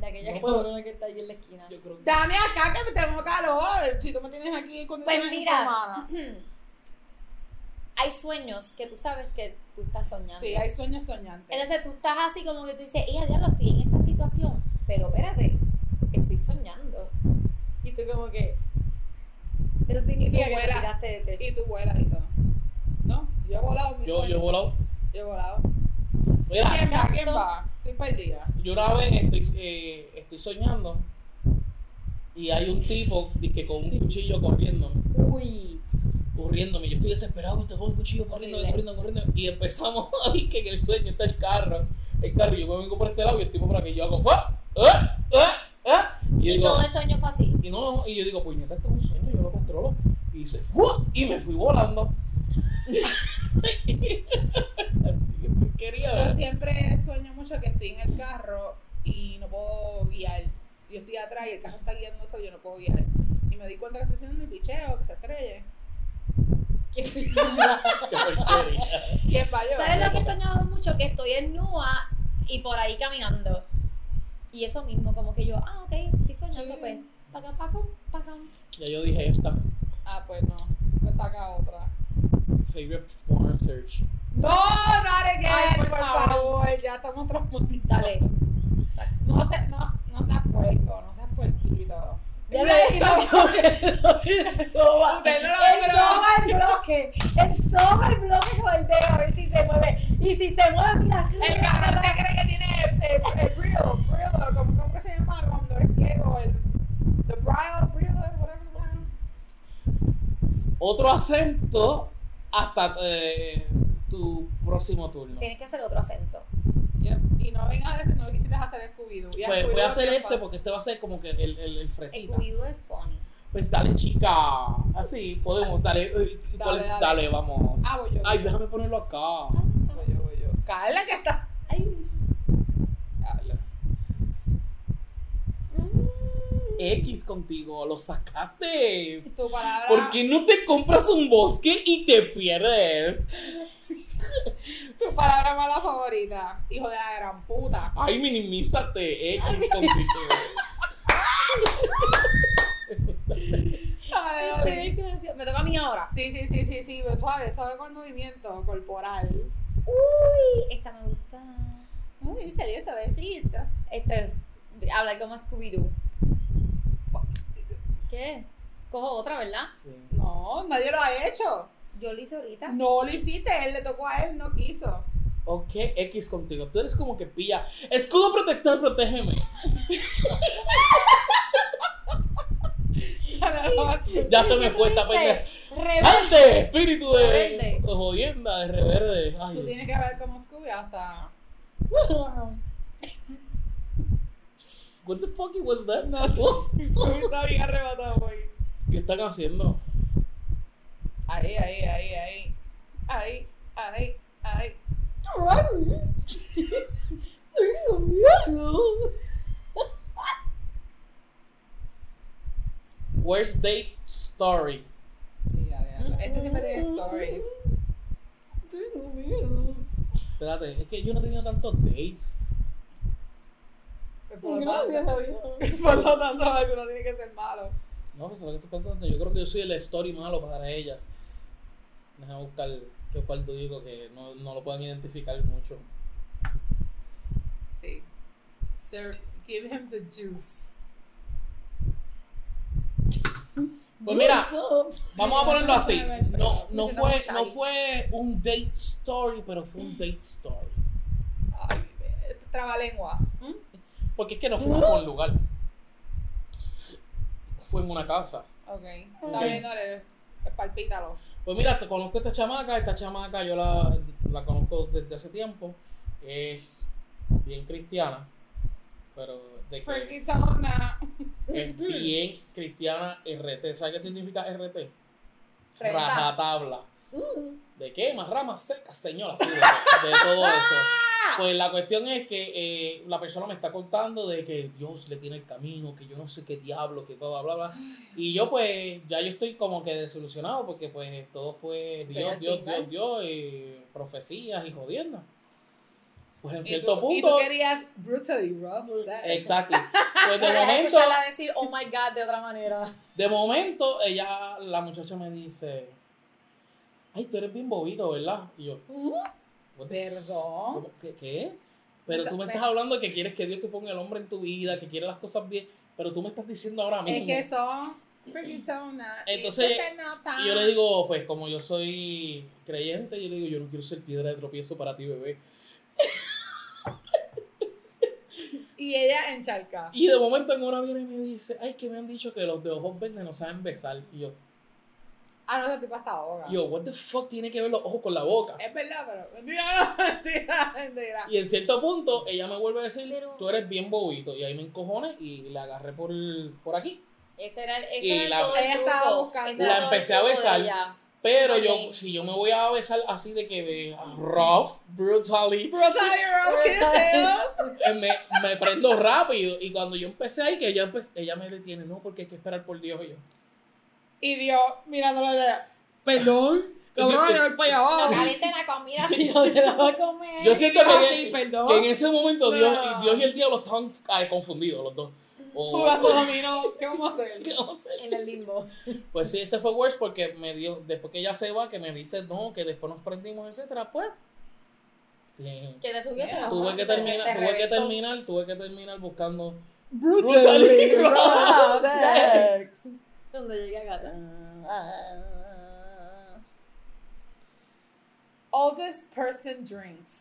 A: De aquella
C: No, pero-
A: cabrona que está allí en la esquina.
C: Yo creo que...
B: Dame acá que me tengo calor. Si tú me tienes aquí con
A: Pues mira, Hmm. hay sueños que tú sabes que tú estás soñando.
B: Sí, hay sueños soñantes.
A: Entonces tú estás así como que tú dices, ella diablo, estoy en esta situación, pero espérate, estoy soñando. Y tú como que... Eso significa que te
B: vuelas.
A: tiraste de techo.
B: Y tú vuelas y todo. ¿No? Yo he volado. en mis
C: Yo, yo he
B: sueños.
C: volado.
B: Yo he volado.
C: Mira,
B: ¿Quién va? ¿Quién
A: Exacto.
B: va? Estoy perdida.
C: yo una vez estoy, eh, estoy soñando y hay un tipo que con un cuchillo corriendo,
A: Uy,
C: corriéndome. Yo estoy desesperado, este con un cuchillo corriendo, corriendo, corriendo. Y empezamos a ver que en el sueño está el carro. El carro, y yo me vengo por este lado y el tipo por aquí. Yo hago, ¡ah! ¡ah! ¡ah! ¡ah! Y, yo
A: y
C: digo,
A: todo el sueño fue así.
C: y, no, no, y yo digo, puñeta, esto es un sueño, yo lo controlo. Y dice, ¡fua! Y me fui volando. Así que porquería,
B: Yo
C: ¿verdad?
B: siempre sueño mucho que estoy en el carro y no puedo guiar. Yo estoy atrás y el carro está guiando solo, yo no puedo guiar. Y me di cuenta que estoy haciendo un bicheo, que se estrelle.
A: Qué
C: Qué porquería.
B: ¿Quién va yo?
A: ¿Sabes lo que he soñado mucho? Que estoy en Nua y por ahí caminando. Y eso mismo, como que yo, ah, ok, estoy soñando,
B: Sí.
A: pues. Pacam, pacam, pacam.
C: Ya yo dije, esta
B: Ah, pues no. Me saca otra.
C: favorite porn search.
B: No, no again,
A: Ay,
B: por,
A: por
B: favor.
A: favor.
B: Ya estamos traumatizados.
A: Dale.
B: No se, no, no seas puerco, no seas puerquito.
A: Ya
B: Eso.
A: lo dije, el soba.
B: Usted no lo
A: el
B: logró.
A: soba el bloque. El soba el bloque con el dedo, a ver si se mueve. Y si se mueve, mira.
B: El cabrón se cree que tiene el, el, el bril, bril, o como- ¿cómo que se llama cuando es ciego? El, the bril, bril, whatever the hell.
C: Otro acento hasta eh, tu próximo turno.
A: Tienes que hacer otro acento.
B: Y no vengas a decir, no quisiste hacer Scooby-Doo. Y
C: Pues voy
B: Scooby-Doo
C: a hacer
B: no
C: este
B: pasa.
C: porque este va a ser como que el, el, el
A: El
C: fresita.
A: cubido es funny.
C: Pues dale, chica. Así podemos, dale. eh, ¿cuál
B: Dale,
C: es? Dale,
B: dale.
C: vamos.
B: Ah, voy yo.
C: Ay, déjame ponerlo acá.
B: voy yo, voy yo. Carla, que estás.
A: Ay.
B: Carla.
A: Mm.
C: X contigo, lo sacaste.
B: Tu palabra.
C: ¿Por qué no te compras un bosque y te pierdes?
B: Tu palabra mala favorita. Hijo de la gran puta.
C: Ay, minimízate, X contigo.
B: Ay,
A: Ay,
B: vale.
A: qué desgracia. Me toca a mí ahora.
B: Sí, sí, sí, sí, sí, pero suave, suave con movimiento corporal.
A: Uy, esta me gusta.
B: Uy, salió suavecito.
A: Este, hablar como Scooby-Doo. ¿Qué? Cojo otra, ¿verdad?
C: Sí.
B: No, nadie lo ha hecho.
A: Yo lo hice ahorita.
B: No lo hiciste, él le tocó a él, no quiso.
C: Ok, X contigo. Tú eres como que pilla. Escudo protector, protégeme. Ya se me fue esta
A: Tuviste
C: pendeja.
A: rebelde.
C: ¡Salte! Espíritu de
A: Rebelde.
C: de jodienda, de reverde.
B: Tú
C: Ay.
B: tienes que hablar como Scooby hasta.
C: What the fuck was that?
B: No sé. Scooby está bien arrebatado hoy.
C: ¿Qué están haciendo?
B: Ahí, ahí, ahí, ahí. Ahí, ahí, ahí.
A: Tengo miedo.
C: Worst date story.
A: Este
B: Sí, ya, ya. Este siempre tiene stories.
A: Tengo miedo.
C: Espérate, es que yo no he tenido tantos dates.
B: Por lo tanto-
A: Gracias a Dios.
B: por lo tanto, alguno tiene que ser malo.
C: No, pues lo que estoy pensando, yo creo que yo soy el story malo para ellas. Déjame buscar qué cuarto digo que no, no lo pueden identificar mucho.
B: Sí. Sir, give him the juice.
C: Pues mira,
A: Yo soy-
C: Vamos a ponerlo así. No, no fue, no fue un date story, pero fue un date story.
B: Ay, eh, trabalengua.
C: Porque es que no fuimos a un lugar. Fue en una casa.
B: Ok. Está bien, dale. Palpítalo.
C: Pues mira, te conozco a esta chamaca, esta chamaca yo la, la conozco desde hace tiempo. Es bien cristiana, pero de que
B: Freaky Tona.
C: es bien cristiana RT. ¿Sabes qué significa RT?
A: Reta.
C: Rajatabla.
A: Mm.
C: ¿De qué? Más ramas secas, señora. Sí, de, de todo eso. Pues la cuestión es que eh, la persona me está contando de que Dios le tiene el camino, que yo no sé qué diablo, que bla, bla, bla, bla. Y yo pues ya yo estoy como que desilusionado porque pues todo fue Dios,
B: Pero
C: Dios,
B: chingar.
C: Dios, Dios, y profecías y jodiendo. Pues en
B: Y
C: cierto
B: tú- Y
C: punto...
B: tú querías brutally rough sex.
C: Exacto. Pues de
A: Para
C: momento...
A: escucharla decir, oh my God, de otra manera.
C: De momento, ella, la muchacha me dice, ay, tú eres bien bobito, ¿verdad? Y yo, "What the f-
B: Perdón.
C: ¿cómo? ¿qué? qué? Pero
B: Esa-
C: tú me
B: me-
C: estás hablando que quieres que Dios te ponga el hombre en tu vida, que quiere las cosas bien, pero tú me estás diciendo ahora
B: Es
C: mismo.
B: que son freaky Tona.
C: Entonces, Y yo le digo, pues como yo soy creyente, yo le digo, yo no quiero ser piedra de tropiezo para ti, bebé.
B: Y ella encharca.
C: Y de momento en una viene y me dice, ay, que me han dicho que los de ojos verdes no saben besar. Y yo,
B: Ah, no, esa tipa está ahora.
C: yo, what the fuck tiene que ver los ojos con la boca?
B: Es verdad, pero. Mira, mentira, mentira.
C: Y en cierto punto, ella me vuelve a decir,
A: Pero-
C: tú eres bien bobito. Y ahí me encojones y la agarré por, por aquí.
A: Ese era, el- ese
C: Y
A: era el
C: la-
A: todo el
B: Ella
A: truco.
B: estaba buscando.
A: Ese era
C: La
A: todo el
C: empecé a
A: truco de
C: besar,
A: ella.
C: Pero
A: Sí,
C: yo,
A: ok.
C: si yo me voy a besar así de que ve rough, brutally,
B: Rosario, ¿qué es
C: eh, me, me prendo rápido. Y cuando yo empecé ahí, que ella, empe- ella me detiene, no, porque hay que esperar por Dios. Y yo,
B: Y Dios mirándolo de. Perdón. Cabrón, yo voy para allá
A: No
B: abajo.
A: caliente la comida si no te la va a comer.
C: yo siento
B: Ah,
C: que,
B: sí, perdón.
C: que en ese momento Dios,
B: No.
C: y, Dios y el diablo estaban ah, confundidos los dos. O-
B: Jugando dominó. ¿Qué vamos a hacer?
C: ¿Qué vamos a hacer?
A: En el limbo.
C: Pues sí, ese fue worse porque me dio, después que ella se va, que me dice no, que después nos prendimos, etcétera, pues. eh,
A: Que te subió
B: Yeah.
A: Ah, pero
C: tuve
A: ajá,
C: que
A: te- te
C: terminar, tuve que
A: reventó.
C: terminar, tuve que terminar buscando.
B: Brutally
C: Brutally
B: rough
A: rough
B: sex.
A: Cuando llegué a casa.
B: Uh, oldest person drinks.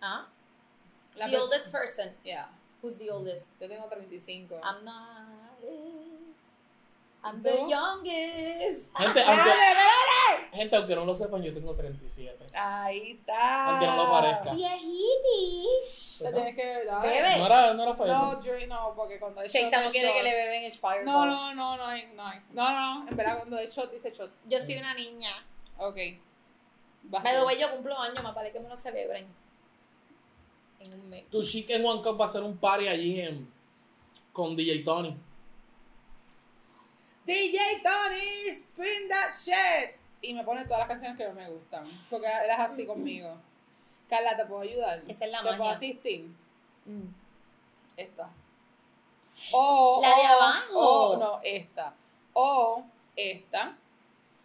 A: Ah,
B: La
A: the
B: pers-
A: oldest person.
B: Yeah,
A: Who's the oldest?
B: yo tengo 35.
A: I'm not it. I'm the
B: No.
A: youngest.
C: Gente,
B: ¡Ah,
C: aunque,
B: de veras!
C: gente, aunque no lo sepan, yo tengo 37.
B: Ahí está.
C: Aunque no lo parezca.
A: Viejitish.
B: Te tienes que ver, dale.
A: Bebe.
C: No era, no era
B: No,
C: fallo.
B: drink, no, porque cuando es
A: Chase
B: shot,
A: no
B: es
A: quiere
B: shot.
A: que le beben el fireball.
B: No, no, no, no, hay- no, hay. no, no, no, en verdad cuando es shot dice shot.
A: Yo soy una niña.
B: Ok. Vas
A: Me
B: tú.
A: doy yo cumplo años, más vale que me lo celebren. En un mes.
C: Tu chica en One Cup va a hacer un party allí en, con DJ Tony.
B: DJ Tony, spin that shit. Y me pone todas las canciones que no me gustan. Porque eras así conmigo. Carla, ¿te puedo ayudar?
A: Esa es la
B: ¿Te puedo
A: maña.
B: asistir?
A: Mm.
B: Esta. O,
A: La de
B: o-
A: abajo.
B: O, no, esta. O esta.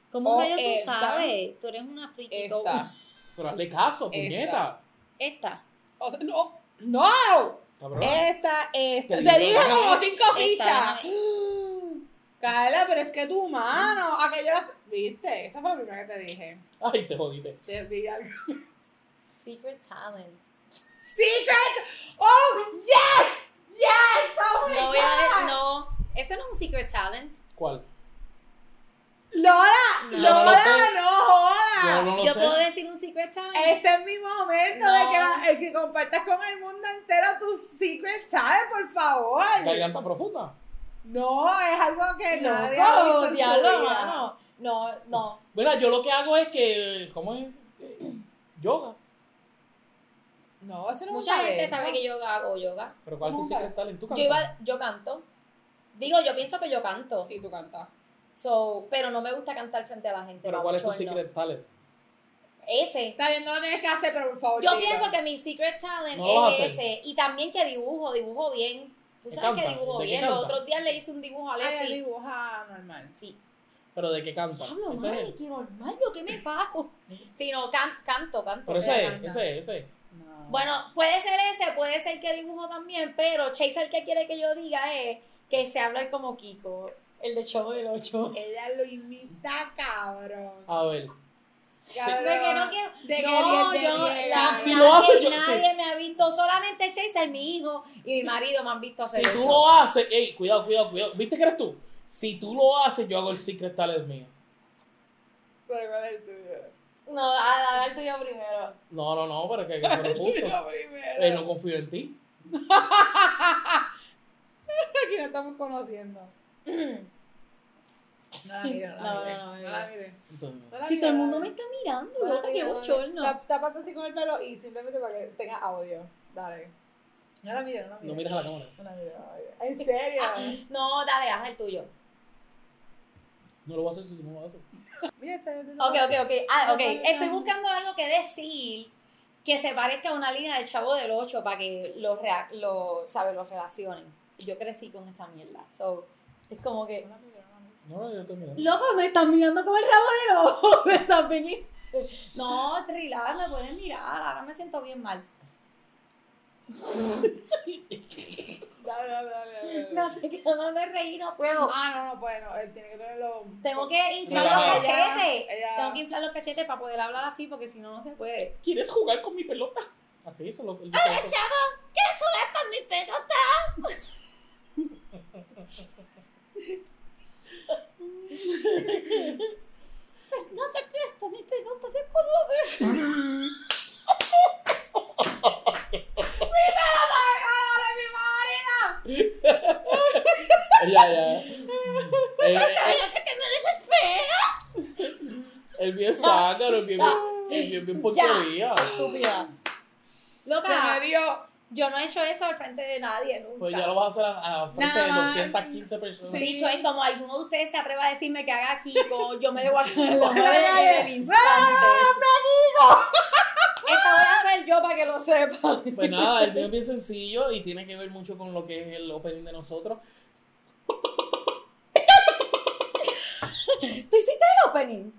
A: ¿Cómo
B: O
A: rayos tú
B: esta.
A: sabes? Tú eres una friki.
B: Esta.
C: Pero hazle caso, puñeta.
A: Esta.
B: O sea, no. ¡No!
C: Cabrón.
A: Eh.
B: Esta, esta.
C: Te
B: Te
C: digo,
B: dije
C: déjame-
B: como cinco
A: esta,
B: fichas. Carla, pero es que tu mano. Aquello las. ¿Viste? Esa fue la primera que te dije.
C: Ay, te jodiste.
B: Te vi algo.
A: Secret talent.
B: Secret. Oh, yes. Yes. Oh my
A: No voy a
B: god.
A: de- no. Ese no es un secret talent.
C: ¿Cuál?
B: Lola,
A: No.
C: no lo
B: Lola,
C: sé.
B: no
C: Yo
B: joda.
C: no lo
A: Yo
C: sé.
A: puedo decir un secret talent.
B: Este es mi momento
A: No.
B: de que, la- el que compartas con el mundo entero tus secret sabes, por favor.
C: Garganta profunda.
B: No, es algo que
A: no,
B: nadie ha visto
A: no,
B: en su
A: diablo,
B: vida.
A: mano. No, no.
C: Mira, yo lo que hago es que. ¿Cómo es? Eh, Yoga.
B: No, eso no
A: Mucha gente sabe que yo hago yoga.
C: Pero ¿cuál es tu
B: ¿Cómo sabes?
C: secret talent? ¿Tú
A: Yo,
C: cantas?
A: iba, yo canto. Digo, yo pienso que yo canto.
B: Sí, tú cantas.
A: So, pero no me gusta cantar frente a la gente.
C: Pero ¿cuál es tu
A: babuchón, no.
C: secret talent?
A: ese.
B: Está bien, no lo tienes que hacer, pero por favor.
A: Yo
B: dilo.
A: pienso que mi secret talent
C: No lo vas
A: es
C: a hacer.
A: ese. Y también que dibujo, dibujo bien. Tú
C: ¿Te
A: sabes que
C: canta?
A: dibujo
C: ¿De qué
A: bien. Los
C: canta?
A: otros días le hice un dibujo a
B: Ay, él
A: Leslie.
B: dibuja normal.
A: Sí.
C: Pero de qué canta.
A: Diablo,
C: Ese es
A: mami,
C: él.
A: qué normal, yo qué me fajo. Sí, no, can- canto, canto.
C: Pero
B: qué
C: ese es,
B: canta.
C: ese es, ese es.
B: No.
A: Bueno, puede ser ese, puede ser que dibujo también, pero Chase el que quiere que yo diga es que se habla como Kiko, el de Chavo del 8.
B: Ella lo imita, cabrón.
C: A ver. Ah, Sí.
A: De que no quiero.
B: De
A: no,
B: que 10 de
A: yo,
B: 10.
A: la-
C: Si
A: nadie,
C: lo hace, yo-
A: nadie me ha visto, solamente Chase, mi hijo y mi marido me han visto hacer
C: Si tú
A: eso.
C: lo haces, ey, cuidado, cuidado, cuidado. ¿Viste que eres tú? Si tú lo haces, yo hago el secret talent mío.
B: Pero ¿cuál es el tuyo?
A: No, a, a ver tuyo primero.
C: No, no, no, pero que, que eso no es
B: El
C: justo.
B: tuyo primero.
C: Eh, no confío en ti.
B: Aquí no estamos conociendo. No la miren, no
A: No,
B: la
A: no,
B: miren.
A: no,
B: No la miren.
C: Entonces,
B: No la
A: Si todo el
B: miren.
A: mundo me está mirando,
B: No la
A: loca, qué
B: miren, no la
A: bochorno.
B: miren. Tápate así con el pelo y simplemente para que tenga audio. Dale. No la miren, no la
C: no
B: miren.
C: miras a la cámara.
B: No la miren, no la miren. En serio.
A: Ah. No, dale, haz el tuyo.
C: No lo vas a hacer si tú no lo haces.
B: Mira, está está-
A: Ok, ok, ok. Ah,
B: No
A: ok.
B: puede
A: Estoy
B: ser.
A: buscando algo que decir que se parezca a una línea del Chavo del 8 para que lo, rea- lo, ¿sabe? lo relacionen. Yo crecí con esa mierda. So, es como que...
B: No la miren, no la miren.
C: No, no, yo te miro.
A: Loco, me estás mirando como el rabo del ojo. Me estás pegui- No, relax, me pueden mirar. Ahora me siento bien mal.
B: Dale, dale, dale. dale, dale.
A: No sé qué, no me reí, no puedo.
B: Ah, no, no, bueno, él tiene que tenerlo.
A: Tengo que inflar
C: Relajado.
A: los cachetes.
B: Ella-
A: Tengo que inflar los cachetes para poder hablar así porque si no, no se puede.
C: ¿Quieres jugar con mi pelota? Así, eso lo.
B: Ah,
C: él dice
A: Hola,
C: eso.
A: chavo, ¿quieres jugar con mi pelota? pues no te presto mi pelota de colores.
C: Ya, ya. Eh, eh,
A: Mira que te me desesperas.
C: Él bien zángano, él bien, él bien, bien porquería.
A: Estúpida.
B: Se me
A: Loca,
B: dio.
A: yo no he hecho eso al frente de nadie nunca.
C: Pues ya lo vas a hacer a, a frente de
B: Nada.
C: 215 personas.
B: Sí.
A: Dicho es como alguno de ustedes se atreva a decirme que haga Kiko, yo me le voy a caer en la
B: No, no,
A: madre
B: no,
A: en el
B: no,
A: instante. Esta voy a hacer yo para que lo sepan.
C: Pues nada, el mío es bien sencillo y tiene que ver mucho con lo que es el opening de nosotros.
A: ¿Tú hiciste el opening?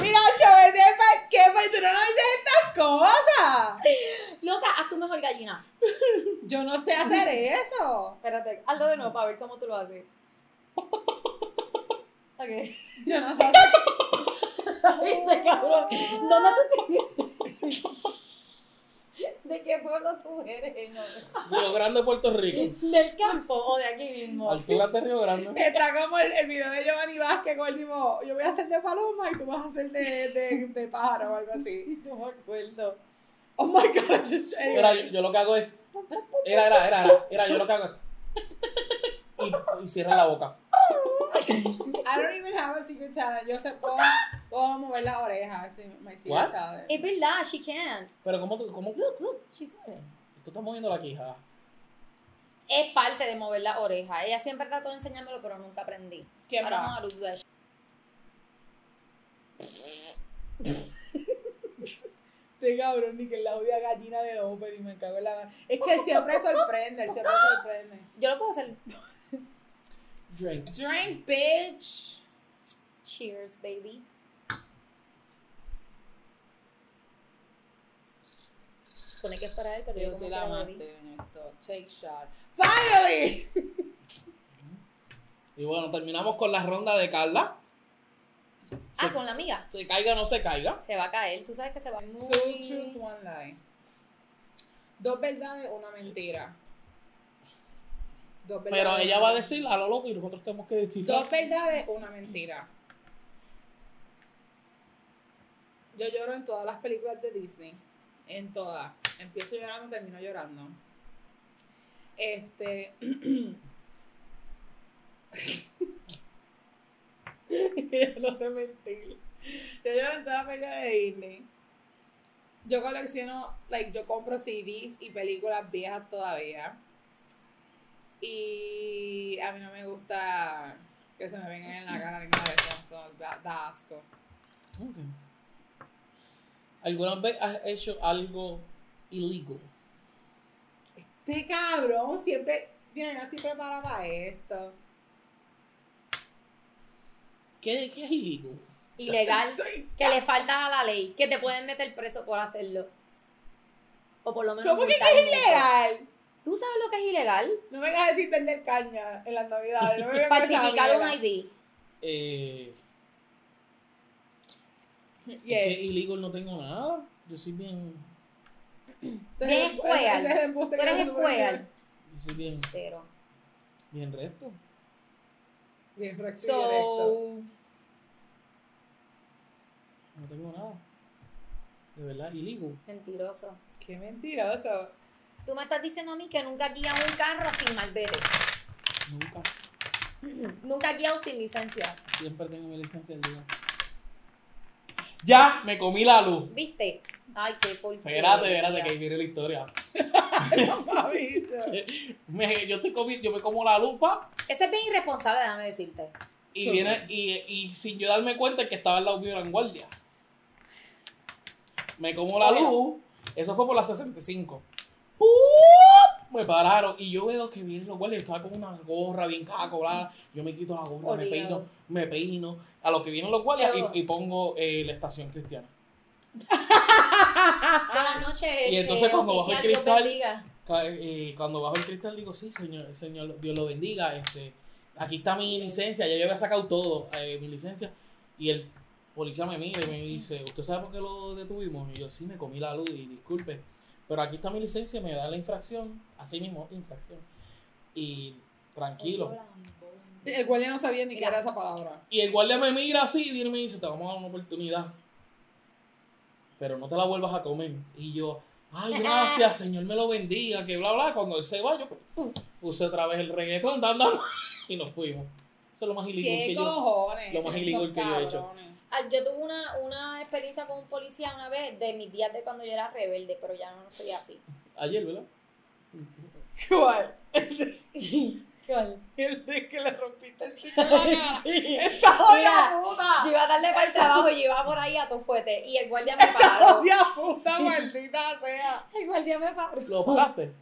B: Mira, chaval, ¿qué fue? pues Tú no nos dices estas cosas.
A: Loca, haz tu mejor gallina.
B: Yo no sé hacer eso.
A: Espérate, hazlo de nuevo para ver cómo tú lo haces. Ok.
B: Yo no sé hacer.
A: ¿Viste, este cabrón? ¿Dónde tú te... ¿De qué pueblo tú eres? no?
C: Río Grande, Puerto Rico.
A: ¿Del campo o de aquí mismo?
C: Alturas de Río Grande.
B: Está como el, el video de Giovanni Vázquez con el tipo, yo voy a hacer de paloma y tú vas a hacer de, de, de pájaro o algo así.
A: No me acuerdo.
B: Oh my god, just
C: Era, yo, yo lo que hago es. Era, era, era, era, era, yo lo que hago es. Y, y cierra la boca.
B: I don't even have a secret talent. Yo sé, puedo, puedo mover las orejas. sí, My secret
C: What?
B: talent.
A: Es verdad, she can.
C: Pero, ¿cómo tú, cómo
A: Look, look, she's doing it.
C: tú estás moviendo la quija?
A: Es parte de mover la oreja. Ella siempre trató de enseñármelo, pero nunca aprendí.
B: ¿Quién
A: Ahora
B: va?
A: vamos a look that shit.
B: Este cabrón, ni que el audio a gallina de Open y me cago en la mano. Es que él siempre sorprende, él siempre sorprende.
A: Yo lo puedo hacer.
C: Drink.
B: Drink, bitch.
A: Cheers, baby. Pone que fuera él, pero yo, como que lo bebí.
B: en esto. Take shot. Finally.
C: Y bueno, terminamos con la ronda de Carla.
A: Ah, con la amiga.
C: Se caiga o no se caiga.
A: Se va a caer, tú sabes que se va muy...
B: Two truths, one lie. Dos verdades, una mentira. Dos
C: Pero
B: verdades,
C: ella
B: una
C: va a
B: mentira.
C: decir a lo loco y nosotros tenemos que
B: Dos
C: descifrar.
B: verdades, una mentira. Yo lloro en todas las películas de Disney. En todas. Empiezo llorando, termino llorando. Este. Yo no sé mentir. Yo lloro en todas las películas de Disney. Yo colecciono, like, yo compro CDs y películas viejas todavía. Y a mí no me gusta que se me vengan en la cara ninguna de esas. so, da, da asco.
C: Ok. ¿Alguna vez has hecho algo ilegal?
B: Este cabrón siempre. Mira, yo no estoy preparada para esto.
C: ¿Qué, qué es ilegal?
A: Ilegal,
B: Estoy-
A: que le faltas a la ley, que te pueden meter preso por hacerlo. O por lo menos.
B: ¿Cómo que
A: multar
B: es
A: mucho.
B: ilegal?
A: ¿Tú sabes lo que es ilegal?
B: No me vengas a decir vender caña en las navidades. No me vengas a esa
A: Falsificar un
B: mierda.
A: ID.
C: Eh,
B: Yeah.
C: Es que ilegal no tengo nada. Yo soy bien.
B: Ese
A: Bien
B: es el-
A: escuela.
B: ese es el embuste
A: Tú
B: que
A: eres
B: se supone que-
A: escuela.
C: Yo soy bien,
A: Cero.
C: bien recto.
B: Bien, recto y directo.
A: So.
C: No tengo nada. De verdad, ilegal.
A: Mentiroso.
B: Qué mentiroso.
A: Tú me estás diciendo a mí que nunca has guiado un carro sin malvete.
C: Nunca.
A: Nunca has guiado sin licencia.
C: Siempre tengo mi licencia al día. Ya, me comí la luz.
A: ¿Viste? Ay, qué porquería.
C: Espérate, espérate, que ahí viene la historia.
B: Mamabicho.
C: Me- yo, estoy comi- yo me como la lupa
A: Eso es bien irresponsable, déjame decirte.
C: y
B: Sí.
C: viene y, y sin yo darme cuenta el que estaba al lado mío era en guardia. Me como la
A: Bueno.
C: luz. Eso fue por las 65. ¡Pup! Me pararon y yo veo que vienen los guardias. Estaba con una gorra bien cacolada. Yo me quito la gorra, me
A: Obligado.
C: peino, me peino. A lo que vienen los guardias
A: Pero-
C: y, y pongo eh, la estación cristiana.
A: Buenas noches.
C: Y
A: este,
C: entonces cuando bajo el
A: oficial, Dios
C: cristal-
A: bendiga.
C: Ca- eh, cuando bajo el cristal digo, sí, señor, señor, Dios lo bendiga, este, aquí está mi licencia, ya yo había sacado todo, eh, mi licencia, y el policía me mira y me dice, ¿usted sabe por qué lo detuvimos? Y yo, sí, me comí la luz y disculpe, pero aquí está mi licencia, me da la infracción, así mismo, infracción, y tranquilo.
B: El guardia no sabía ni qué
A: Mira.
B: era esa palabra.
C: Y el guardia me mira así y viene y me dice, te vamos a dar una oportunidad. Pero no te la vuelvas a comer. Y yo, ay, gracias, Señor me lo bendiga, que bla, bla. Cuando él se va, yo pum, puse otra vez el reggaetón, dan, dan, y nos fuimos. Eso es lo más ilegal
B: ¿Qué
C: que yo.
B: cojones?
C: lo más
B: Estos
C: ilegal que yo he hecho.
B: cabrones.
A: Ah, Yo tuve una, una experiencia con un policía una vez de mis días de cuando yo era rebelde, pero ya no soy así.
C: Ayer, ¿verdad?
B: ¿Cuál?
A: ¿Cuál?
B: El de que le rompiste el chico en la cara.
C: Sí.
B: ¡Esta jodida
A: Mira,
B: puta!
A: Yo iba tarde para el trabajo, yo iba por ahí a tu fuete y el guardia me
B: ¡Esta
A: paró.
B: jodida puta, maldita sea!
A: El guardia me paró.
C: ¿Lo pagaste?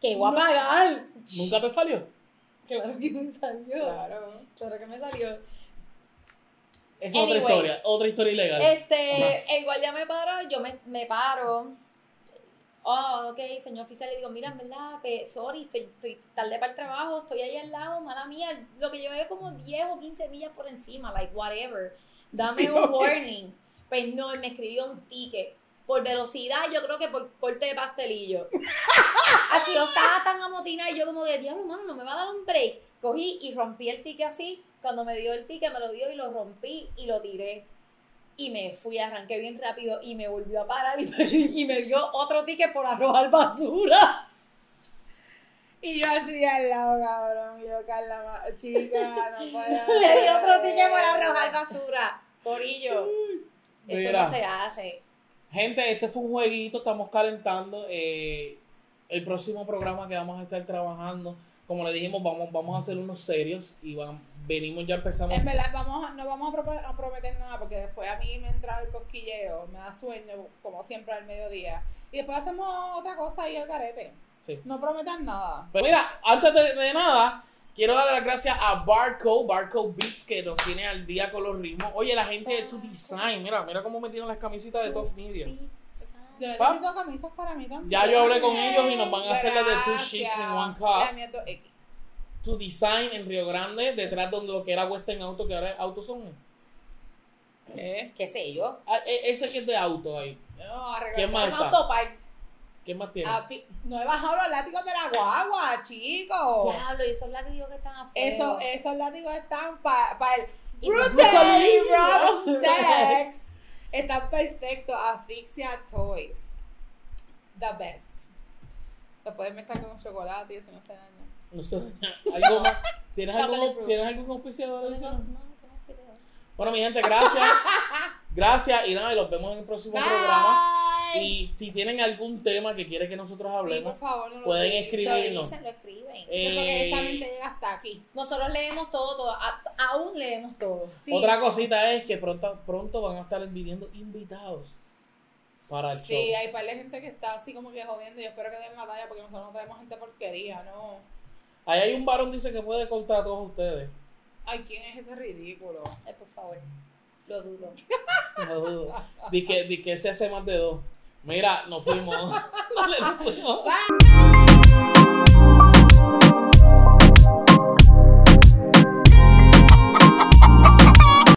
A: ¡Que voy a pagar!
C: ¿Nunca te salió?
A: Claro que me salió.
B: Claro.
A: Claro que me salió.
C: Es
A: Anyway.
C: otra historia, otra historia ilegal.
A: Este, el guardia me paró, yo me, me paro. Oh, ok, señor oficial, le digo, mira, en verdad, pe- sorry, estoy, estoy tarde para el trabajo, estoy ahí al lado, mala mía, lo que yo veo es como 10 o 15 millas por encima, like, whatever, dame un warning. Pues no, él me escribió un ticket, por velocidad, yo creo que por corte de pastelillo. Así yo estaba tan amotinada, y yo como de, diablo, mano, no me va a dar un break. Cogí y rompí el ticket así, cuando me dio el ticket, me lo dio y lo rompí y lo tiré y me fui, arranqué bien rápido y me volvió a parar y me, y me dio otro ticket por arrojar basura.
B: Y yo así al lado, cabrón. Y yo, Carla, ma- chica, no puedo.
A: Le dio otro ticket por arrojar basura. Corillo, eso
C: Mira.
A: no se hace.
C: Gente, este fue un jueguito, estamos calentando. eh, el próximo programa que vamos a estar trabajando, como le dijimos, vamos, vamos a hacer unos serios y van- venimos, ya empezamos.
B: En verdad, vamos a- no vamos a, propo- a prometer nada porque después a mí me entra el cosquilleo, me da sueño, como siempre al mediodía. Y después hacemos otra cosa ahí al carete.
C: Sí.
B: No prometan nada.
C: Pero mira, antes de, de nada, quiero darle las gracias a Barco, Barco Beats, que nos tiene al día con los ritmos. Oye, la gente de Tu Design, mira, mira cómo me tienen las camisitas de Top Media.
B: Yo
C: Pa.
B: necesito camisas para mí también.
C: Ya yo hablé con ellos y nos van a hacer las de Two Chicks in One
B: La
C: Cup.
B: mía es 2X.
C: Tu Design en Río Grande, detrás de lo que era Western Auto, que ahora es AutoZone.
B: ¿Qué?
A: ¿Qué sé yo?
C: Ah, e- ese que es de auto ahí.
B: No, arreglar-
C: ¿Quién más
A: Un
C: está?
A: autopark.
C: ¿Quién más tiene?
B: Ah, fi- No he bajado los látigos de la guagua, chicos.
A: Diablo, y esos látigos que están afuera.
B: Eso, esos látigos están para el
A: Y-
B: Bruce
C: Bruce
B: Rob
C: Lee.
B: Sex. Están perfectos. Asfixia Toys. The best. Lo puedes mezclar con chocolate y eso no se daña.
C: No sé. ¿Algo más? ¿Tienes,
A: Chocolate
C: algún,
A: Bruce.
C: ¿Tienes algún auspiciador
A: No,
C: adicional?
A: no, no, que te-
C: Bueno, mi gente, gracias. Gracias y nada, y los vemos en el próximo programa.
B: Bye. Bye.
C: Y si tienen algún tema que quieren que nosotros
B: Sí, pues,
C: hablemos,
B: por favor, no lo
C: pueden
B: olviden.
A: Lo
C: escribir. escribirnos.
A: dicen, lo escriben.
C: eh,
B: Porque directamente llega hasta aquí.
A: Nosotros leemos todo, todo. a- aún leemos todo.
B: Sí.
C: Otra cosita es que pronto, pronto van a estar enviando invitados para el
B: Sí,
C: show.
B: hay par de gente que está así como que jodiendo. Yo espero que den la talla porque nosotros no traemos gente porquería, ¿no?
C: Ahí hay un varón dice que puede cortar a todos ustedes.
B: Ay, ¿quién es ese ridículo?
A: Ay, por favor. Lo dudo.
C: No dudo. Di que, di que se hace más de dos. Mira, nos fuimos. Vale, nos fuimos.